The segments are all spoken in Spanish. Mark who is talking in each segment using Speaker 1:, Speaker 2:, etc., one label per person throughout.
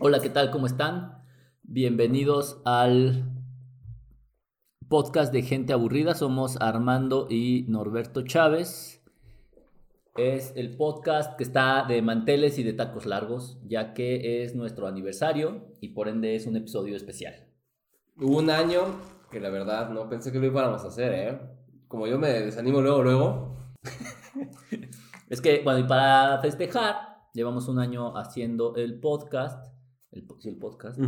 Speaker 1: Hola, ¿qué tal? ¿Cómo están? Bienvenidos al podcast de Gente Aburrida. Somos Armando y Norberto Chávez. Es el podcast que está de manteles y de tacos largos, ya que es nuestro aniversario y por ende es un episodio especial.
Speaker 2: Hubo un año que la verdad no pensé que lo íbamos a hacer, ¿eh? Como yo me desanimo luego, luego.
Speaker 1: Es que, bueno, y para festejar, llevamos un año haciendo el podcast. El, po- sí, el podcast.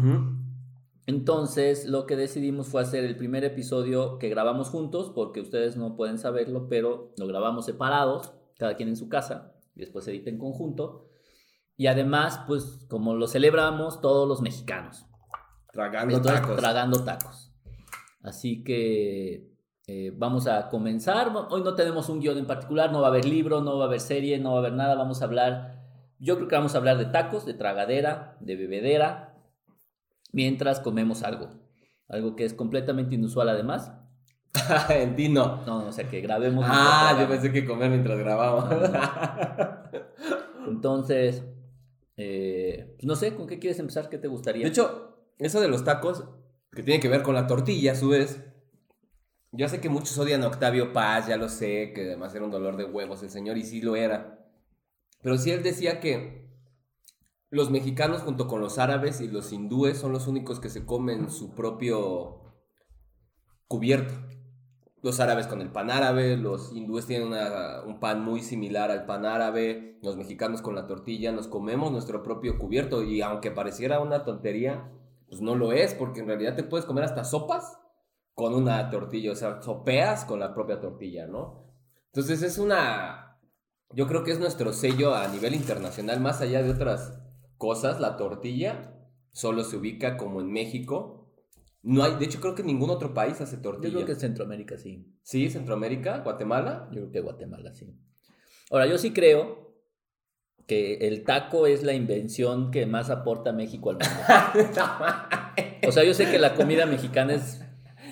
Speaker 1: Entonces, lo que decidimos fue hacer el primer episodio que grabamos juntos, porque ustedes no pueden saberlo, pero lo grabamos separados, cada quien en su casa, y después se edita en conjunto. Y además, pues, como lo celebramos todos los mexicanos,
Speaker 2: Tragando
Speaker 1: entonces,
Speaker 2: tacos.
Speaker 1: tragando tacos. Así que eh, vamos a comenzar. Bueno, Hoy no tenemos un guión en particular, no va a haber libro, no va a haber serie, no va a haber nada. Vamos a hablar, yo creo que vamos a hablar de tacos, de tragadera, de bebedera, mientras comemos algo. Algo que es completamente inusual además.
Speaker 2: en ti no.
Speaker 1: No, no, o sea, que grabemos.
Speaker 2: Ah,
Speaker 1: mientras grabamos.
Speaker 2: yo pensé que comer mientras grabábamos.
Speaker 1: Entonces, eh, pues no sé, ¿con qué quieres empezar? ¿Qué te gustaría?
Speaker 2: De hecho, eso de los tacos, que tiene que ver con la tortilla a su vez. Yo sé que muchos odian a Octavio Paz, ya lo sé, que además era un dolor de huevos el señor, y sí lo era. Pero sí él decía que los mexicanos junto con los árabes y los hindúes son los únicos que se comen su propio cubierto. Los árabes con el pan árabe, los hindúes tienen una- un pan muy similar al pan árabe, los mexicanos con la tortilla, nos comemos nuestro propio cubierto y aunque pareciera una tontería, pues no lo es, porque en realidad te puedes comer hasta sopas con una tortilla, o sea, sopeas con la propia tortilla, ¿no? Entonces es una, yo creo que es nuestro sello a nivel internacional, más allá de otras cosas, la tortilla solo se ubica como en México. No hay, de hecho creo que ningún otro país hace tortilla.
Speaker 1: yo creo que en Centroamérica sí.
Speaker 2: Sí, Centroamérica, Guatemala.
Speaker 1: Yo creo que Guatemala sí. Ahora, yo sí creo que el taco es la invención que más aporta México al mundo. O sea, yo sé que la comida mexicana es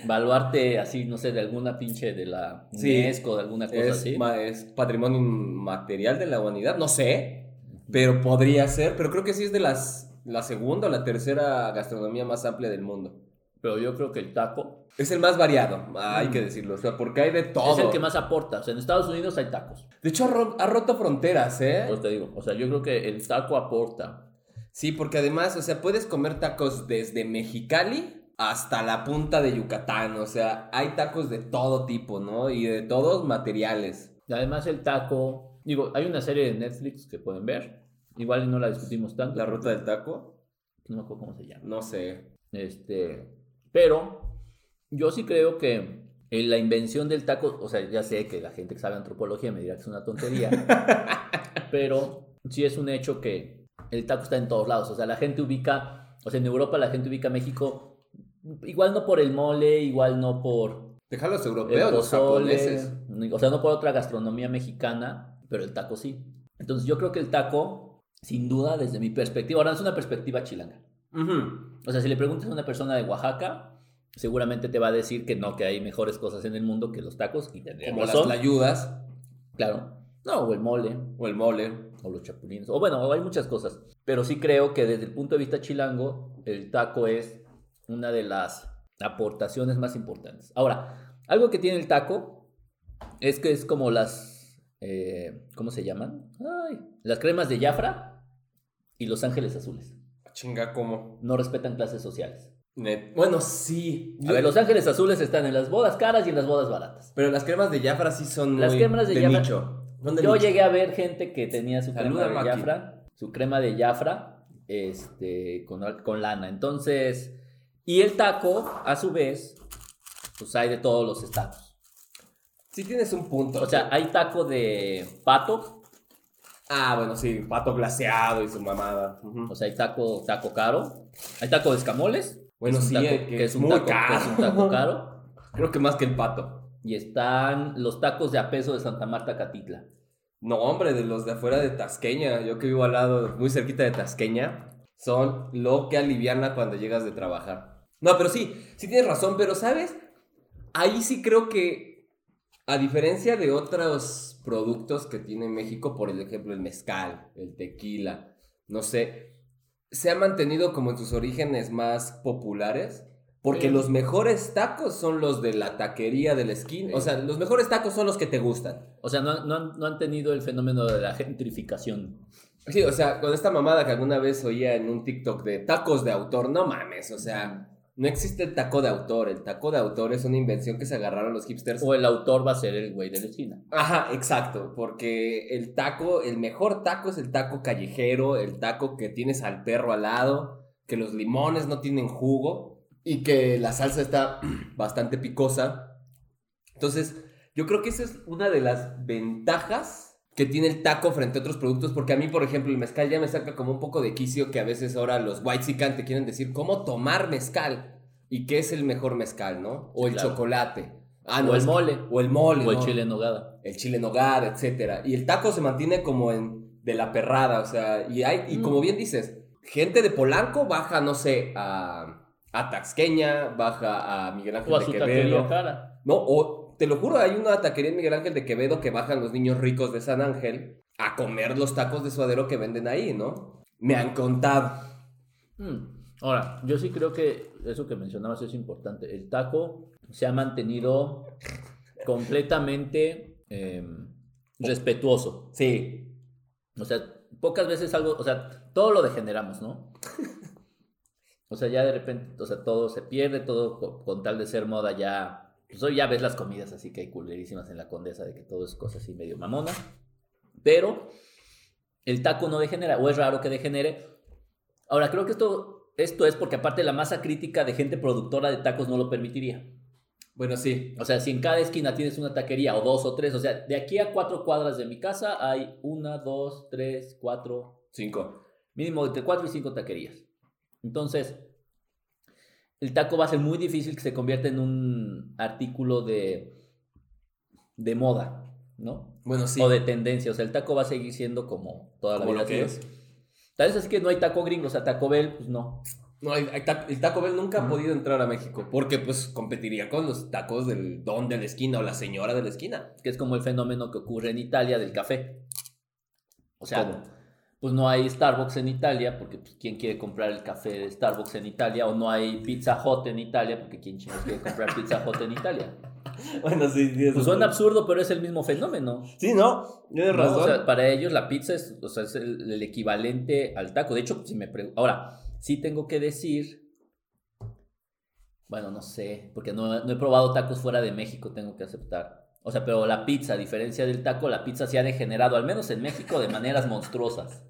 Speaker 1: valuarte así, no sé, de alguna pinche de la
Speaker 2: Sí.
Speaker 1: UNESCO, de alguna cosa
Speaker 2: es,
Speaker 1: así.
Speaker 2: ma- es patrimonio inmaterial de la humanidad, no sé, pero podría ser, pero creo que sí es de las la segunda o la tercera gastronomía más amplia del mundo.
Speaker 1: Pero yo creo que el taco
Speaker 2: Es el más variado, hay
Speaker 1: Mm.
Speaker 2: que decirlo, o sea, porque hay de todo. ¿Eh?
Speaker 1: es el que más aporta. O sea, en Estados Unidos hay tacos.
Speaker 2: De hecho, ha ro- ha roto fronteras, ¿eh?
Speaker 1: Pues te digo, o sea, yo creo que el taco aporta.
Speaker 2: Sí, porque además, o sea, puedes comer tacos desde Mexicali hasta la punta de Yucatán, o sea, hay tacos de todo tipo, ¿no? Y de todos materiales.
Speaker 1: Y Además, el taco. Digo, hay una serie de Netflix que pueden ver. Igual y no la discutimos tanto.
Speaker 2: La ruta del taco,
Speaker 1: No me acuerdo cómo se llama.
Speaker 2: no sé,
Speaker 1: Este, pero yo sí creo que en la invención del taco, o sea, ya sé que la gente que sabe antropología me dirá que es una tontería, pero sí es un hecho que el taco está en todos lados, o sea, la gente ubica, o sea, en Europa la gente ubica México igual no por el mole, igual no por
Speaker 2: Deja a los
Speaker 1: el
Speaker 2: europeos, los
Speaker 1: pozole,
Speaker 2: japoneses.
Speaker 1: o sea, no por otra gastronomía mexicana, pero el taco sí. Entonces yo creo que el taco, sin duda, desde mi perspectiva, ahora es una perspectiva chilanga.
Speaker 2: Ujú.
Speaker 1: O sea, si le preguntas a una persona de Oaxaca, seguramente te va a decir que no, que hay mejores cosas en el mundo que los tacos y tendría
Speaker 2: Como las
Speaker 1: razón.
Speaker 2: tlayudas
Speaker 1: Claro. No, o el mole,
Speaker 2: o el mole.
Speaker 1: o los chapulines, o bueno, hay muchas cosas. Pero sí creo que desde el punto de vista chilango, el taco es una de las aportaciones más importantes. Ahora, algo que tiene el taco es que es como las, eh, ¿cómo se llaman? Ay, las cremas de Jafra y los ángeles azules.
Speaker 2: Ah, Chinga, ¿cómo?
Speaker 1: No respetan clases sociales.
Speaker 2: Net- Bueno, sí.
Speaker 1: A ver, Los Ángeles Azules están en las bodas caras y en las bodas baratas.
Speaker 2: Pero las cremas de Jafra sí son
Speaker 1: Las
Speaker 2: muy
Speaker 1: cremas de
Speaker 2: de
Speaker 1: Jafra-
Speaker 2: nicho. Son de
Speaker 1: Yo
Speaker 2: nicho.
Speaker 1: llegué a ver gente que tenía su
Speaker 2: Saluda,
Speaker 1: crema de
Speaker 2: Maki.
Speaker 1: Jafra, su crema de Jafra, este, con, con lana. Entonces, y el taco, a su vez, pues hay de todos los estados.
Speaker 2: Sí tienes un punto.
Speaker 1: O sea, hay taco de pato,
Speaker 2: Ah, bueno, sí, pato glaseado y su mamada. Ujú.
Speaker 1: o sea, hay taco, taco caro, hay taco de escamoles, que
Speaker 2: Bueno,
Speaker 1: es un
Speaker 2: sí,
Speaker 1: taco-
Speaker 2: eh, que
Speaker 1: que es
Speaker 2: es
Speaker 1: un
Speaker 2: muy
Speaker 1: taco- que
Speaker 2: caro.
Speaker 1: es un taco caro.
Speaker 2: Creo que más que el pato.
Speaker 1: Y están los tacos de apeso de Santa Marta Catitla.
Speaker 2: No, hombre, de los de afuera de Tasqueña. Yo que vivo al lado, muy cerquita de Tasqueña, son lo que aliviana cuando llegas de trabajar. No, pero sí, sí tienes razón, pero ¿sabes? Ahí sí creo que, a diferencia de otros productos que tiene México, por ejemplo, el mezcal, el tequila, no sé, se ha mantenido como en sus orígenes más populares. Porque
Speaker 1: Sí.
Speaker 2: los mejores tacos son los de la taquería de la esquina.
Speaker 1: Sí.
Speaker 2: O sea, los mejores tacos son los que te gustan.
Speaker 1: O sea, no, han- no han, no han tenido el fenómeno de la gentrificación.
Speaker 2: Sí, o sea, con esta mamada que alguna vez oía en un TikTok de tacos de autor, no mames, o sea, no existe el taco de autor, el taco de autor es una invención que se agarraron los hipsters.
Speaker 1: O el autor va a ser el güey de la esquina.
Speaker 2: Ajá, exacto, porque el taco, el mejor taco es el taco callejero, el taco que tienes al perro al lado, que los limones no tienen jugo y que la salsa está bastante picosa. Entonces, yo creo que esa es una de las ventajas que tiene el taco frente a otros productos, porque a mí, por ejemplo, el mezcal ya me saca como un poco de quicio que a veces ahora los whitezican te quieren decir cómo tomar mezcal y qué es el mejor mezcal, ¿no? O el
Speaker 1: Claro.
Speaker 2: chocolate. Ah,
Speaker 1: O
Speaker 2: no,
Speaker 1: el
Speaker 2: es que-
Speaker 1: mole.
Speaker 2: O el mole.
Speaker 1: O el
Speaker 2: ¿no?
Speaker 1: chile en nogada.
Speaker 2: el chile en hogar, etcétera. Y el taco se mantiene como en de la perrada, o sea, y hay y
Speaker 1: Mm.
Speaker 2: como bien dices, gente de Polanco baja, no sé, a a Taxqueña, baja a Miguel Ángel
Speaker 1: O a
Speaker 2: de
Speaker 1: su
Speaker 2: Quevedo.
Speaker 1: taquería cara.
Speaker 2: No, o te lo juro, hay una taquería en Miguel Ángel de Quevedo que bajan los niños ricos de San Ángel a comer los tacos de suadero que venden ahí, ¿no? Me han contado.
Speaker 1: Mm. Ahora, yo sí creo que eso que mencionabas es importante. El taco se ha mantenido completamente eh, respetuoso.
Speaker 2: Sí.
Speaker 1: O sea, pocas veces algo, o sea, todo lo degeneramos, ¿no? O sea, ya de repente, o sea, todo se pierde, todo co- con, tal de ser moda ya. Pues hoy ya ves las comidas así que hay culerísimas en la condesa de que todo es cosa así medio mamona. Pero el taco no degenera, o es raro que degenere. Ahora, creo que esto, esto es porque aparte la masa crítica de gente productora de tacos no lo permitiría.
Speaker 2: Bueno, sí.
Speaker 1: O sea, si en cada esquina tienes una taquería o dos o tres, o sea, de aquí a cuatro cuadras de mi casa hay una, dos, tres, cuatro,
Speaker 2: Cinco.
Speaker 1: mínimo entre cuatro y cinco taquerías. Entonces, el taco va a ser muy difícil que se convierta en un artículo de, de moda, ¿no?
Speaker 2: Bueno, sí.
Speaker 1: O de tendencia. O sea, el taco va a seguir siendo como toda la
Speaker 2: Como
Speaker 1: vida.
Speaker 2: lo que
Speaker 1: ha sido. Tal vez así que no hay taco gringo, o sea, Taco Bell, pues no.
Speaker 2: No, el, el ta- el Taco Bell nunca ha
Speaker 1: Ujú.
Speaker 2: podido entrar a México porque pues competiría con los tacos del don de la esquina o la señora de la esquina.
Speaker 1: Que es como el fenómeno que ocurre en Italia del café. O sea,
Speaker 2: ¿Cómo?
Speaker 1: pues no hay Starbucks en Italia, porque pues, ¿quién quiere comprar el café de Starbucks en Italia? O no hay Pizza Hut en Italia, porque ¿quién chingados quiere comprar Pizza Hut en Italia?
Speaker 2: Bueno, sí, tienes
Speaker 1: Pues suena absurdo, pero es el mismo fenómeno.
Speaker 2: Sí, no, tienes
Speaker 1: ¿no? O sea, para ellos la pizza es, o sea, es el, el equivalente al taco. De hecho, si me pregunto. Ahora, sí tengo que decir. Bueno, no sé, porque no, no he probado tacos fuera de México, tengo que aceptar. O sea, pero la pizza, a diferencia del taco, la pizza se ha degenerado, al menos en México, de maneras monstruosas.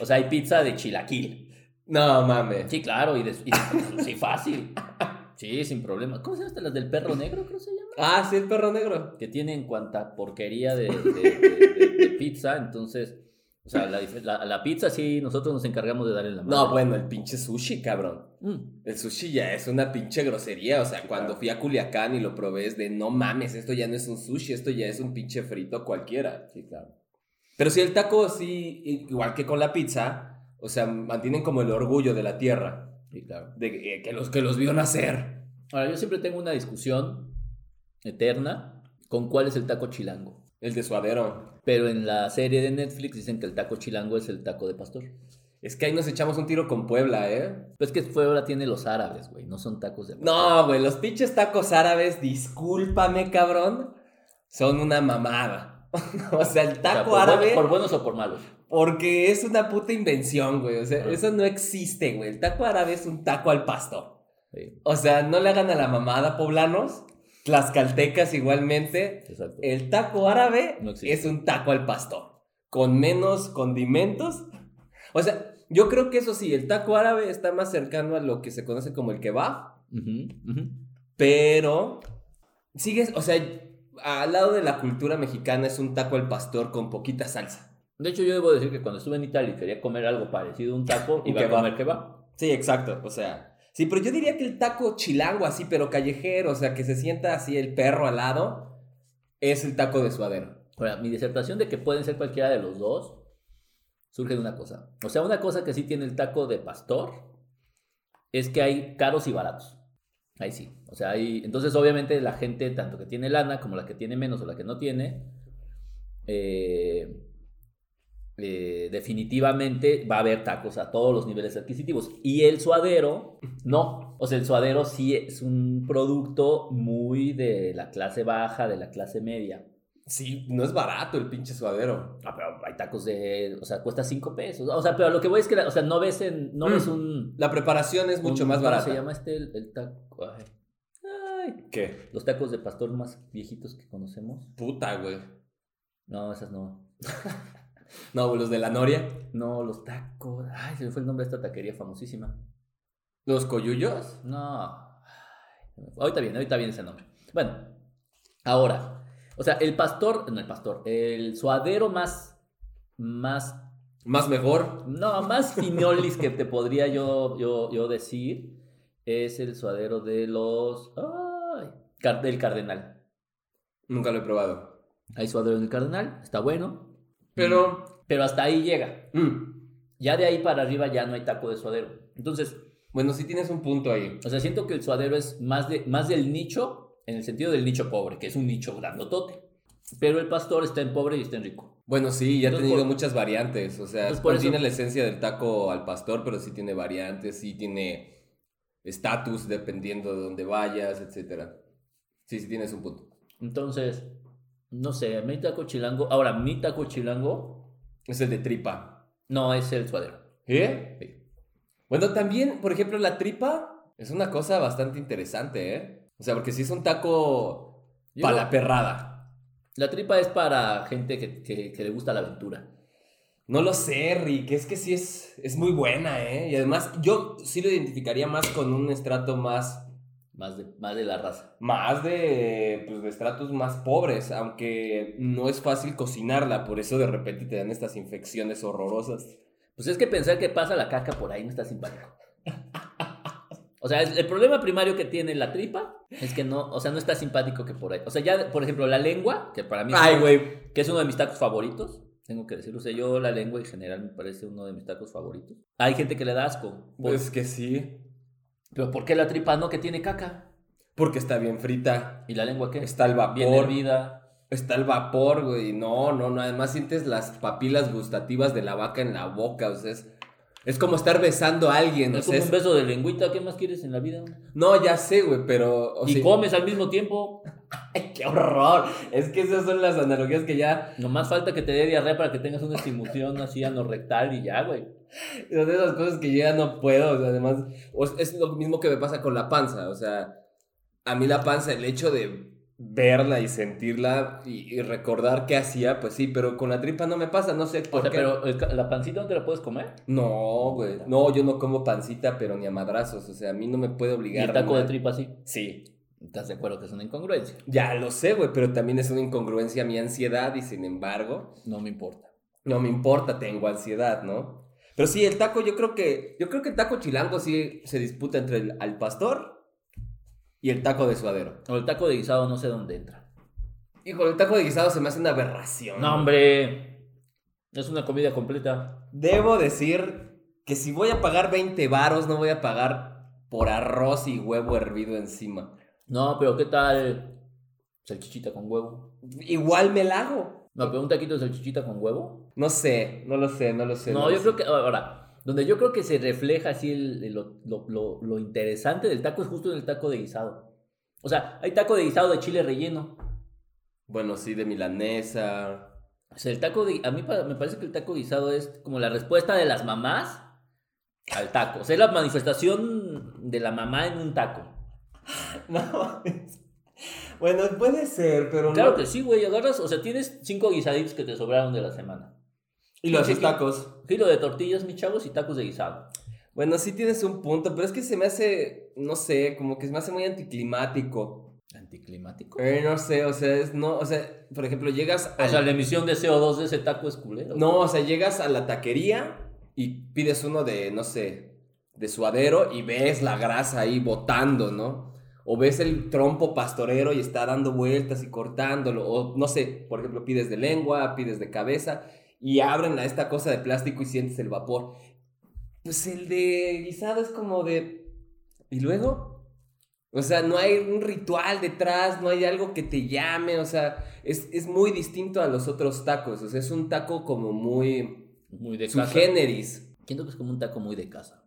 Speaker 1: O sea, hay pizza de chilaquil.
Speaker 2: No mames.
Speaker 1: Sí, claro, y de, y de- sí, fácil. Sí, sin problema. ¿Cómo se llaman estas? las del perro negro, creo que se llaman?
Speaker 2: Ah, sí, el perro negro.
Speaker 1: que tienen cuanta porquería de, de- de- de- de pizza, entonces, o sea, la, dif- la- la pizza sí, nosotros nos encargamos de darle la mano. Mm.
Speaker 2: No, pues, bueno, el pinche sushi, cabrón. El sushi ya es una pinche grosería. O sea, cuando fui a Culiacán y lo probé es de no mames, esto ya no es un sushi, esto ya es un pinche frito cualquiera.
Speaker 1: sí, claro.
Speaker 2: Pero sí, el taco sí, igual que con la pizza, o sea, mantienen como el orgullo de la tierra.
Speaker 1: Sí, claro.
Speaker 2: de eh, que los que los vio nacer.
Speaker 1: Ahora, yo siempre tengo una discusión eterna con cuál es el taco chilango.
Speaker 2: El de suadero.
Speaker 1: Pero en la serie de Netflix dicen que el taco chilango es el taco de pastor.
Speaker 2: Es que ahí nos echamos un tiro con Puebla, ¿eh?
Speaker 1: Pues que Puebla tiene los árabes, güey, no son tacos de pastor.
Speaker 2: No, güey, los pinches tacos árabes, discúlpame, cabrón, son una mamada. o sea, el
Speaker 1: O sea,
Speaker 2: taco
Speaker 1: por buenos-
Speaker 2: árabe,
Speaker 1: por buenos o por malos.
Speaker 2: porque es una puta invención, güey. O sea,
Speaker 1: Ah.
Speaker 2: eso no existe, güey. El taco árabe es un taco al pasto.
Speaker 1: Sí,
Speaker 2: O sea, no le hagan a la mamada, poblanos. Tlaxcaltecas igualmente.
Speaker 1: exacto.
Speaker 2: El taco árabe
Speaker 1: No existe.
Speaker 2: es un taco al pastor, con menos condimentos. O sea, yo creo que eso sí, el taco árabe está más cercano a lo que se conoce como el kebab,
Speaker 1: Ujú, ujú.
Speaker 2: pero sigues, o sea, al lado de la cultura mexicana es un taco al pastor con poquita salsa.
Speaker 1: De hecho, yo debo decir que cuando estuve en Italia y quería comer algo parecido a un taco,
Speaker 2: Un
Speaker 1: iba a
Speaker 2: kebab.
Speaker 1: comer kebab.
Speaker 2: Sí, exacto, o sea, sí, pero yo diría que el taco chilango así, pero callejero, o sea, que se sienta así el perro al lado, es el taco de suadero.
Speaker 1: Ahora, mi disertación de que pueden ser cualquiera de los dos surge de una cosa. O sea, una cosa que sí tiene el taco de pastor es que hay caros y baratos. Ahí sí. O sea, hay... entonces obviamente la gente, tanto que tiene lana como la que tiene menos o la que no tiene, eh, eh, definitivamente va a haber tacos a todos los niveles adquisitivos. Y el suadero, no. O sea, el suadero sí es un producto muy de la clase baja, de la clase media.
Speaker 2: Sí, no es barato el pinche suadero.
Speaker 1: Ah, pero hay tacos de. O sea, cuesta 5 pesos. O sea, pero lo que voy es que. la- o sea, no ves, en, no ves un.
Speaker 2: La preparación Mm. es mucho
Speaker 1: un-
Speaker 2: más
Speaker 1: ¿cómo
Speaker 2: barata.
Speaker 1: se llama este? El, el taco. Ay. Ay.
Speaker 2: ¿Qué?
Speaker 1: Los tacos de pastor más viejitos que conocemos.
Speaker 2: Puta, güey.
Speaker 1: No, esas no.
Speaker 2: No, los de la noria.
Speaker 1: No, los tacos. Ay, se me fue el nombre de esta taquería famosísima.
Speaker 2: Los coyullos.
Speaker 1: No. Ay, Ahorita viene, ahorita viene ese nombre. Bueno, ahora. O sea, el pastor, no el pastor, el suadero más, más,
Speaker 2: Más mejor.
Speaker 1: no, más finolis que te podría yo, yo, yo decir es el suadero de los, ay, car- del cardenal.
Speaker 2: Nunca lo he probado.
Speaker 1: Hay suadero en el cardenal, está bueno,
Speaker 2: Pero.
Speaker 1: pero hasta ahí llega.
Speaker 2: mm,
Speaker 1: Ya de ahí para arriba ya no hay taco de suadero. Entonces,
Speaker 2: bueno, sí tienes un punto ahí.
Speaker 1: O sea, siento que el suadero es más, de, más del nicho, en el sentido del nicho pobre, que es un nicho grandotote. Pero el pastor está en pobre y está en rico.
Speaker 2: Bueno, sí, ya ha
Speaker 1: Entonces,
Speaker 2: tenido
Speaker 1: por-
Speaker 2: muchas variantes. O sea,
Speaker 1: Entonces, por
Speaker 2: tiene
Speaker 1: eso-
Speaker 2: la esencia del taco al pastor, pero sí tiene variantes, sí tiene estatus dependiendo de dónde vayas, etcétera. Sí, sí tienes un punto.
Speaker 1: Entonces, no sé, mi taco chilango. Ahora, mi taco chilango
Speaker 2: Es el de tripa.
Speaker 1: no es el suadero.
Speaker 2: ¿Eh?
Speaker 1: Sí.
Speaker 2: Bueno, también, por ejemplo, la tripa es una cosa bastante interesante, ¿eh? O sea, porque sí es un taco
Speaker 1: Yo-
Speaker 2: para la perrada.
Speaker 1: La tripa es para gente que, que- que le gusta la aventura.
Speaker 2: No lo sé, Rick. Es que sí es, es muy buena, ¿eh? Y además, yo sí lo identificaría más con un estrato más.
Speaker 1: Más de, más de la raza.
Speaker 2: Más de, pues, de estratos más pobres, aunque no es fácil cocinarla, por eso de repente te dan estas infecciones horrorosas.
Speaker 1: Pues es que pensar que pasa la caca por ahí no está simpático. O sea, es- el problema primario que tiene la tripa es que no, o sea, no está simpático que por ahí. O sea, ya, por ejemplo, la lengua, que para mí es
Speaker 2: Ay, güey.
Speaker 1: que es uno de mis tacos favoritos. Tengo que decirlo, o sea, yo la lengua en general me parece uno de mis tacos favoritos. Hay gente que le da asco, pues,
Speaker 2: Pues que sí.
Speaker 1: pero ¿por qué la tripa no que tiene caca?
Speaker 2: Porque está bien frita.
Speaker 1: ¿Y la lengua qué?
Speaker 2: Está el
Speaker 1: bien
Speaker 2: vapor.
Speaker 1: hervida.
Speaker 2: Está el vapor, güey. No, no, no. Además sientes las papilas gustativas de la vaca en la boca. O sea, es, es como estar besando a alguien. o
Speaker 1: Es
Speaker 2: sea,
Speaker 1: como un
Speaker 2: es-
Speaker 1: beso de lengüita, ¿qué más quieres en la vida?
Speaker 2: No, ya sé, güey, pero. o
Speaker 1: y
Speaker 2: sea-
Speaker 1: comes al mismo tiempo.
Speaker 2: ¡Ay, qué horror! Es que esas son las analogías que ya.
Speaker 1: Nomás falta que te dé diarrea para que tengas una estimulación así anorrectal y ya, güey.
Speaker 2: Son de esas cosas que yo ya no puedo. o sea, además, o es- es lo mismo que me pasa con la panza. O sea, a mí la panza, el hecho de verla y sentirla y, y recordar qué hacía, pues sí, pero con la tripa no me pasa. No sé
Speaker 1: O
Speaker 2: por
Speaker 1: sea,
Speaker 2: qué.
Speaker 1: pero el ca- la pancita no te la puedes comer.
Speaker 2: No, güey. No, yo no como pancita, pero ni a madrazos. O sea, a mí no me puede
Speaker 1: Y
Speaker 2: obligar.
Speaker 1: el taco
Speaker 2: a
Speaker 1: de
Speaker 2: nada.
Speaker 1: tripa sí.
Speaker 2: Sí.
Speaker 1: ¿Estás de acuerdo que es una incongruencia?
Speaker 2: Ya lo sé, güey, pero también es una incongruencia mi ansiedad y sin embargo,
Speaker 1: No me importa.
Speaker 2: no me importa, tengo ansiedad, ¿no? Pero sí, el taco, yo creo que, yo creo que el taco chilango sí se disputa entre el al pastor y el taco de suadero.
Speaker 1: O el taco de guisado no sé dónde entra.
Speaker 2: Híjole, el taco de guisado se me hace una aberración.
Speaker 1: No, hombre. Es una comida completa.
Speaker 2: Debo decir que si voy a pagar 20 varos, no voy a pagar por arroz y huevo hervido encima.
Speaker 1: No, pero ¿qué tal salchichita con huevo?
Speaker 2: Igual me la hago.
Speaker 1: No, pero un taquito de salchichita con huevo.
Speaker 2: No sé, no lo sé, no lo sé.
Speaker 1: No, yo creo que, ahora, donde yo creo que se refleja así el- el- lo, lo- lo- lo interesante del taco es justo en el taco de guisado. O sea, hay taco de guisado de chile relleno.
Speaker 2: Bueno, sí, de milanesa.
Speaker 1: O sea, el taco de, a mí pa- me parece que el taco guisado es como la respuesta de las mamás al taco. O sea, es la manifestación de la mamá en un taco.
Speaker 2: No. Bueno, puede ser, pero
Speaker 1: Claro
Speaker 2: no.
Speaker 1: que sí, güey, agarras, o sea, tienes cinco guisaditos que te sobraron de la semana.
Speaker 2: Y los tacos.
Speaker 1: Kilo de tortillas, mis chavos, y tacos de guisado.
Speaker 2: Bueno, sí tienes un punto, pero es que se me hace, no sé, como que se me hace muy anticlimático.
Speaker 1: Anticlimático.
Speaker 2: Eh, no sé, o sea, es no, o sea, por ejemplo, llegas
Speaker 1: O
Speaker 2: al-
Speaker 1: sea, la emisión de CO2 de ese taco es culero.
Speaker 2: no, o sea, llegas a la taquería y pides uno de, no sé, de suadero y ves la grasa ahí botando, ¿no? O ves el trompo pastorero y está dando vueltas y cortándolo. O no sé, por ejemplo, pides de lengua, pides de cabeza y abren a esta cosa de plástico y sientes el vapor. Pues el de guisado es como de... ¿Y luego? O sea, no hay un ritual detrás, no hay algo que te llame, o sea, es, es muy distinto a los otros tacos, o sea, es un taco como muy...
Speaker 1: Muy de
Speaker 2: Su
Speaker 1: casa.
Speaker 2: generis.
Speaker 1: Siento que es como un taco muy de casa.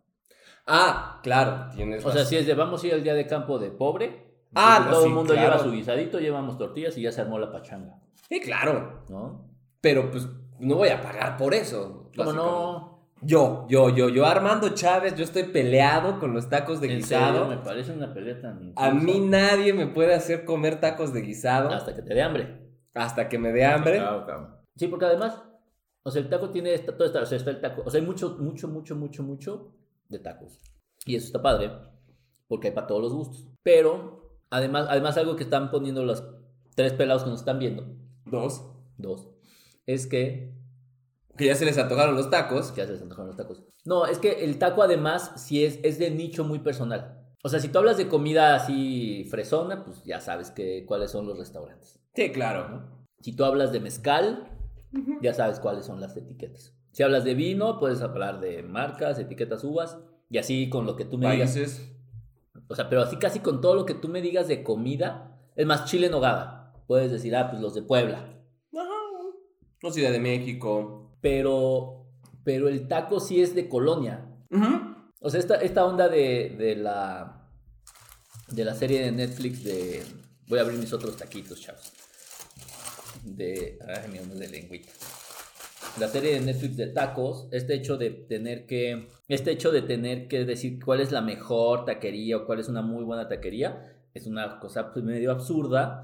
Speaker 2: Ah, claro, tienes
Speaker 1: O sea,
Speaker 2: razón.
Speaker 1: si es de vamos a ir al día de campo de pobre,
Speaker 2: Ah,
Speaker 1: entonces
Speaker 2: no,
Speaker 1: todo
Speaker 2: sí,
Speaker 1: el mundo
Speaker 2: claro.
Speaker 1: lleva su guisadito, llevamos tortillas y ya se armó la pachanga,
Speaker 2: Sí, claro.
Speaker 1: ¿no?
Speaker 2: Pero pues no voy a pagar por eso.
Speaker 1: Como
Speaker 2: básicamente.
Speaker 1: no,
Speaker 2: Yo, yo, yo, yo, Armando Chávez, yo estoy peleado con los tacos de
Speaker 1: en serio, me
Speaker 2: guisado.
Speaker 1: parece una pelea tan injusta.
Speaker 2: A mí nadie me puede hacer comer tacos de guisado
Speaker 1: hasta que te dé hambre.
Speaker 2: hasta que me dé hambre.
Speaker 3: Claro, cabrón.
Speaker 1: Sí, porque además, o sea, el taco tiene esta, todo esta, o sea, está el taco, o sea, hay mucho, mucho, mucho, mucho, mucho de tacos. Y eso está padre, porque hay para todos los gustos. Pero, además, además algo que están poniendo los tres pelados que nos están viendo,
Speaker 2: Dos,
Speaker 1: dos, es que
Speaker 2: que ya se les antojaron los tacos.
Speaker 1: Ya se les antojaron los tacos. No, es que el taco además sí es, es de nicho muy personal. O sea, si tú hablas de comida así fresona, pues ya sabes que, cuáles son los restaurantes.
Speaker 2: Sí, claro.
Speaker 1: Si tú hablas de mezcal, ya sabes cuáles son las etiquetas. Si hablas de vino, puedes hablar de marcas, etiquetas, uvas, y así con lo que tú me digas.
Speaker 2: Países.
Speaker 1: O sea, pero así casi con todo lo que tú me digas de comida, es más chile en nogada. Puedes decir, ah, pues los de Puebla.
Speaker 2: Ajá. No, Ciudad de México.
Speaker 1: Pero, pero el taco sí es de colonia.
Speaker 2: Ujú.
Speaker 1: O sea, esta, esta onda de, de la de la serie de Netflix de voy a abrir mis otros taquitos, chavos. De ay, mi onda de lengüita. La serie de Netflix de tacos, este hecho de tener que este hecho de tener que decir cuál es la mejor taquería o cuál es una muy buena taquería es una cosa pues, medio absurda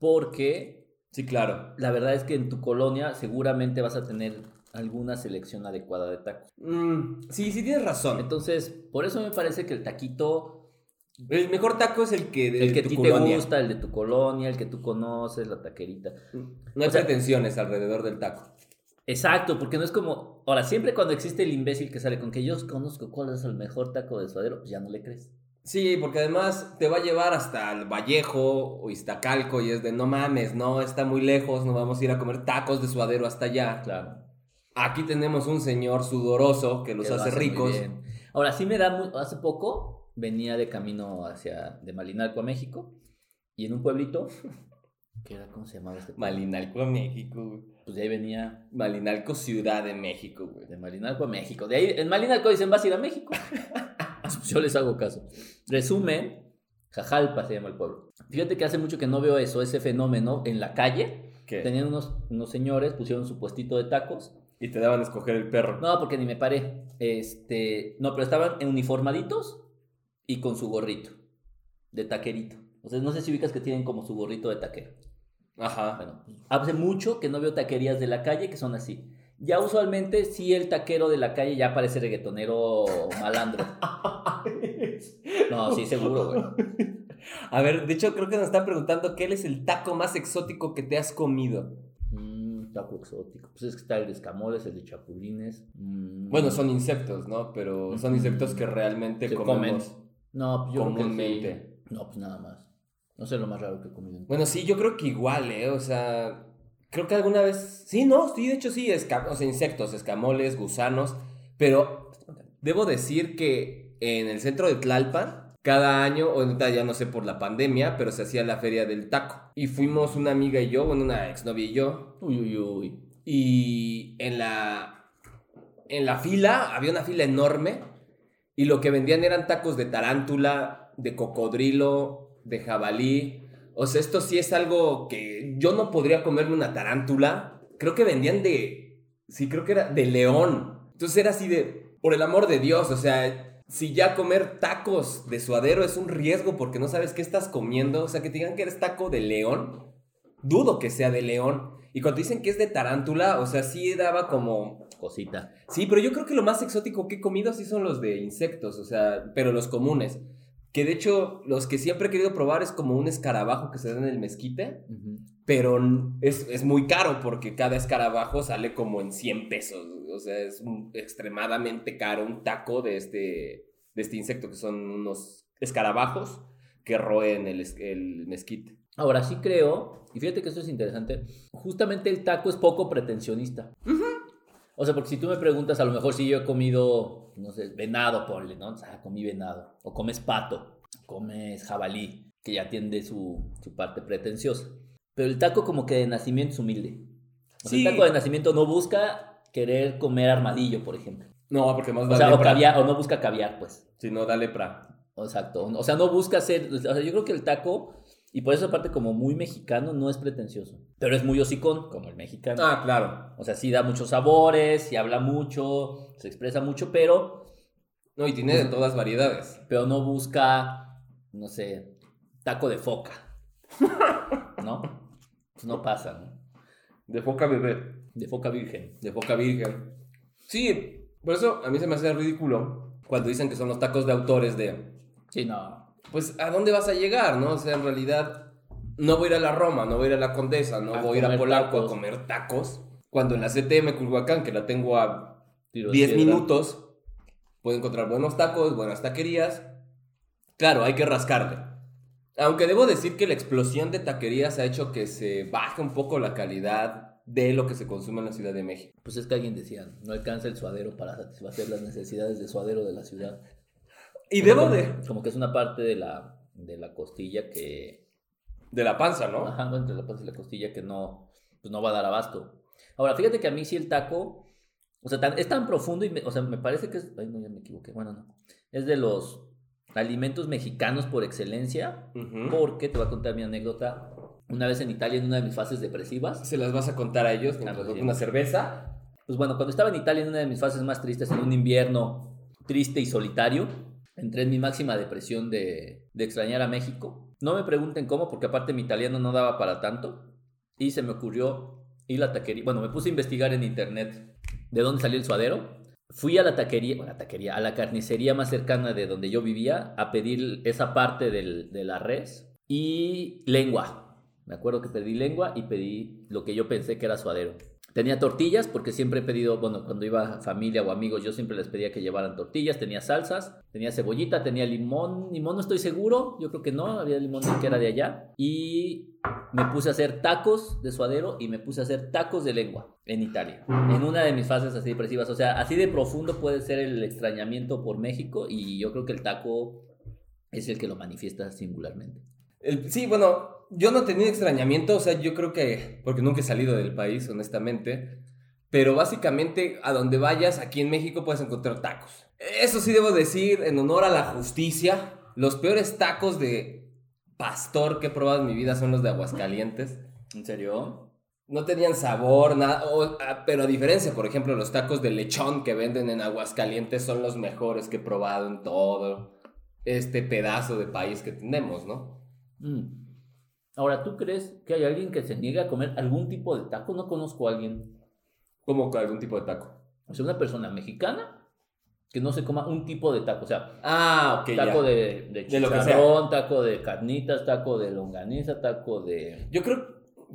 Speaker 1: porque
Speaker 2: Sí, claro.
Speaker 1: la verdad es que en tu colonia seguramente vas a tener alguna selección adecuada de tacos.
Speaker 2: Mm, sí, sí, tienes razón.
Speaker 1: Entonces, por eso me parece que el taquito
Speaker 2: El mejor taco es el que de
Speaker 1: El que a
Speaker 2: tu
Speaker 1: ti
Speaker 2: colonia.
Speaker 1: te gusta, el de tu colonia, el que tú conoces, la taquerita.
Speaker 2: Mm, No hay
Speaker 1: O sea-
Speaker 2: pretensiones alrededor del taco.
Speaker 1: Exacto, porque no es como. Ahora, siempre cuando existe el imbécil que sale con que yo conozco cuál es el mejor taco de suadero, pues ya no le crees.
Speaker 2: Sí, porque además te va a llevar hasta el Vallejo o Iztacalco y es de no mames, no, está muy lejos, no vamos a ir a comer tacos de suadero hasta allá.
Speaker 1: Claro.
Speaker 2: Aquí tenemos un señor sudoroso que los
Speaker 1: que lo
Speaker 2: hace
Speaker 1: hacen muy
Speaker 2: ricos.
Speaker 1: bien. Ahora, sí me da. mu- hace poco venía de camino hacia. de Malinalco a México y en un pueblito. ¿Qué era? ¿Cómo se llamaba este pueblo?
Speaker 2: Malinalco, México. güey.
Speaker 1: Pues de ahí venía
Speaker 2: Malinalco, Ciudad de México, güey.
Speaker 1: de Malinalco a México. De ahí, en Malinalco dicen, vas a ir a México. Pues Yo les hago caso. Resumen, Jajalpa se llama el pueblo. Fíjate que hace mucho que no veo eso, ese fenómeno en la calle.
Speaker 2: ¿Qué?
Speaker 1: Tenían unos, unos señores, pusieron su puestito de tacos.
Speaker 2: Y te daban a escoger el perro.
Speaker 1: No, porque ni me paré. Este, no, pero estaban uniformaditos y con su gorrito de taquerito. O sea, no sé si ubicas que tienen como su gorrito de taquero.
Speaker 2: Ajá.
Speaker 1: Bueno, hace mucho que no veo taquerías de la calle que son así. Ya usualmente sí el taquero de la calle ya parece reggaetonero malandro. No, sí, seguro, güey.
Speaker 2: A ver, de hecho creo que nos están preguntando qué es el taco más exótico que te has comido.
Speaker 1: Mm, taco exótico. Pues es que está el de escamoles, el de chapulines. mm.
Speaker 2: Bueno, son insectos, ¿no? Pero son insectos que realmente
Speaker 1: Se
Speaker 2: comemos.
Speaker 1: No, pues yo creo que sí.
Speaker 2: comúnmente.
Speaker 1: No, pues nada más. No sé lo más raro que he comido.
Speaker 2: Bueno, sí, yo creo que igual, ¿eh? O sea, creo que alguna vez... Sí, no, sí, de hecho sí, esca- o sea, insectos, escamoles, gusanos, pero debo decir que en el centro de Tlalpan, cada año, o ahorita ya no sé por la pandemia, pero se hacía la feria del taco. Y fuimos una amiga y yo, bueno, una exnovia y yo,
Speaker 1: Uy, uy, uy.
Speaker 2: y en la, en la fila, había una fila enorme, y lo que vendían eran tacos de tarántula, de cocodrilo, de jabalí. O sea, esto sí es algo que yo no podría comerme una tarántula. Creo que vendían de, sí, creo que era de león. Entonces era así de, por el amor de Dios, o sea, si ya comer tacos de suadero es un riesgo porque no sabes qué estás comiendo, o sea, que te digan que eres taco de león, dudo que sea de león. Y cuando dicen que es de tarántula, o sea, sí daba como...
Speaker 1: Cosita.
Speaker 2: Sí, pero yo creo que lo más exótico que he comido sí son los de insectos, o sea, pero los comunes. Que de hecho, los que siempre he querido probar es como un escarabajo que se da en el mezquite,
Speaker 1: Ujú.
Speaker 2: pero n- es, es muy caro porque cada escarabajo sale como en 100 pesos. O sea, es un- extremadamente caro un taco de este, de este insecto, que son unos escarabajos que roen el, es- el mezquite.
Speaker 1: Ahora sí creo, y fíjate que esto es interesante, justamente el taco es poco pretensionista. O sea, porque si tú me preguntas, a lo mejor si yo he comido, no sé, venado, ponle, ¿no? O sea, comí venado. O comes pato, comes jabalí, que ya tiende su, su parte pretenciosa. Pero el taco como que de nacimiento es humilde. O sea,
Speaker 2: Sí.
Speaker 1: El taco de nacimiento no busca querer comer armadillo, por ejemplo.
Speaker 2: No, porque más
Speaker 1: O
Speaker 2: da
Speaker 1: sea, o,
Speaker 2: lepra.
Speaker 1: caviar, o no busca caviar, pues.
Speaker 2: Si no, da lepra.
Speaker 1: Exacto. O sea, no busca ser. O sea, yo creo que el taco, y por eso aparte como muy mexicano, no es pretencioso. Pero es muy hocicón, como el mexicano.
Speaker 2: Ah, claro.
Speaker 1: O sea, sí da muchos sabores, sí habla mucho, se expresa mucho, pero,
Speaker 2: No, y tiene de todas variedades.
Speaker 1: pero no busca, no sé, taco de foca. ¿No? Pues no pasa, ¿no?
Speaker 2: De foca bebé.
Speaker 1: De foca virgen.
Speaker 2: De foca virgen. Sí, por eso a mí se me hace ridículo cuando dicen que son los tacos de autores de...
Speaker 1: Sí, no.
Speaker 2: Pues, ¿a dónde vas a llegar, no? O sea, en realidad, no voy a ir a la Roma, no voy a ir a la Condesa, no
Speaker 1: A
Speaker 2: voy a ir a
Speaker 1: comer
Speaker 2: Polanco a
Speaker 1: tacos.
Speaker 2: comer tacos. Cuando en la CTM Culhuacán, que la tengo a
Speaker 1: Tiro de
Speaker 2: 10
Speaker 1: piedra.
Speaker 2: minutos, puede encontrar buenos tacos, buenas taquerías. Claro, hay que rascarle. Aunque debo decir que la explosión de taquerías ha hecho que se baje un poco la calidad de lo que se consume en la Ciudad de México.
Speaker 1: Pues es que alguien decía, no alcanza el suadero para satisfacer las necesidades de suadero de la ciudad.
Speaker 2: Y debo
Speaker 1: como,
Speaker 2: de...
Speaker 1: Como que es una parte de la, de la costilla que...
Speaker 2: De la panza, ¿no?
Speaker 1: Ajá, bueno, entre la parte de la costilla que no, pues no va a dar abasto. Ahora, fíjate que a mí sí el taco, o sea, tan- es tan profundo y, me, o sea, me parece que es... Ay, no, ya me equivoqué. Bueno, no. Es de los alimentos mexicanos por excelencia,
Speaker 2: Ujú.
Speaker 1: porque te voy a contar mi anécdota. Una vez en Italia, en una de mis fases depresivas,
Speaker 2: Se las vas a contar a ellos mientras
Speaker 1: Claro, Ah, pues sí.
Speaker 2: toco una cerveza.
Speaker 1: Pues bueno, cuando estaba en Italia en una de mis fases más tristes, en un invierno triste y solitario, entré en mi máxima depresión de, de extrañar a México. No me pregunten cómo, porque aparte mi italiano no daba para tanto. Y se me ocurrió ir a la taquería. Bueno, me puse a investigar en internet de dónde salió el suadero. Fui a la taquería, bueno, a la taquería, a la carnicería más cercana de donde yo vivía a pedir esa parte del- de la res y lengua. Me acuerdo que pedí lengua y pedí lo que yo pensé que era suadero. Tenía tortillas porque siempre he pedido, bueno, cuando iba a familia o amigos, yo siempre les pedía que llevaran tortillas, tenía salsas, tenía cebollita, tenía limón, limón no estoy seguro, yo creo que no, había limón que era de allá. Y me puse a hacer tacos de suadero y me puse a hacer tacos de lengua en Italia, en una de mis fases así depresivas. O sea, así de profundo puede ser el extrañamiento por México y yo creo que el taco es el que lo manifiesta singularmente.
Speaker 2: El- sí, bueno, yo no tenía extrañamiento, o sea, yo creo que, porque nunca he salido del país, honestamente, pero básicamente a donde vayas, aquí en México puedes encontrar tacos. Eso sí debo decir, en honor a la justicia, los peores tacos de pastor que he probado en mi vida son los de Aguascalientes.
Speaker 1: ¿En serio?
Speaker 2: No tenían sabor, nada, o- ah, pero a diferencia, por ejemplo, los tacos de lechón que venden en Aguascalientes son los mejores que he probado en todo este pedazo de país que tenemos, ¿no?
Speaker 1: Mm. Ahora, ¿tú crees que hay alguien que se niegue a comer algún tipo de taco? No conozco a alguien.
Speaker 2: Como que algún tipo de taco.
Speaker 1: O sea, una persona mexicana que no se coma un tipo de taco. O sea,
Speaker 2: Ah, ok.
Speaker 1: taco
Speaker 2: ya.
Speaker 1: de, de
Speaker 2: De lo que sea.
Speaker 1: chicharrón, taco de carnitas, taco de longaniza, taco de...
Speaker 2: Yo creo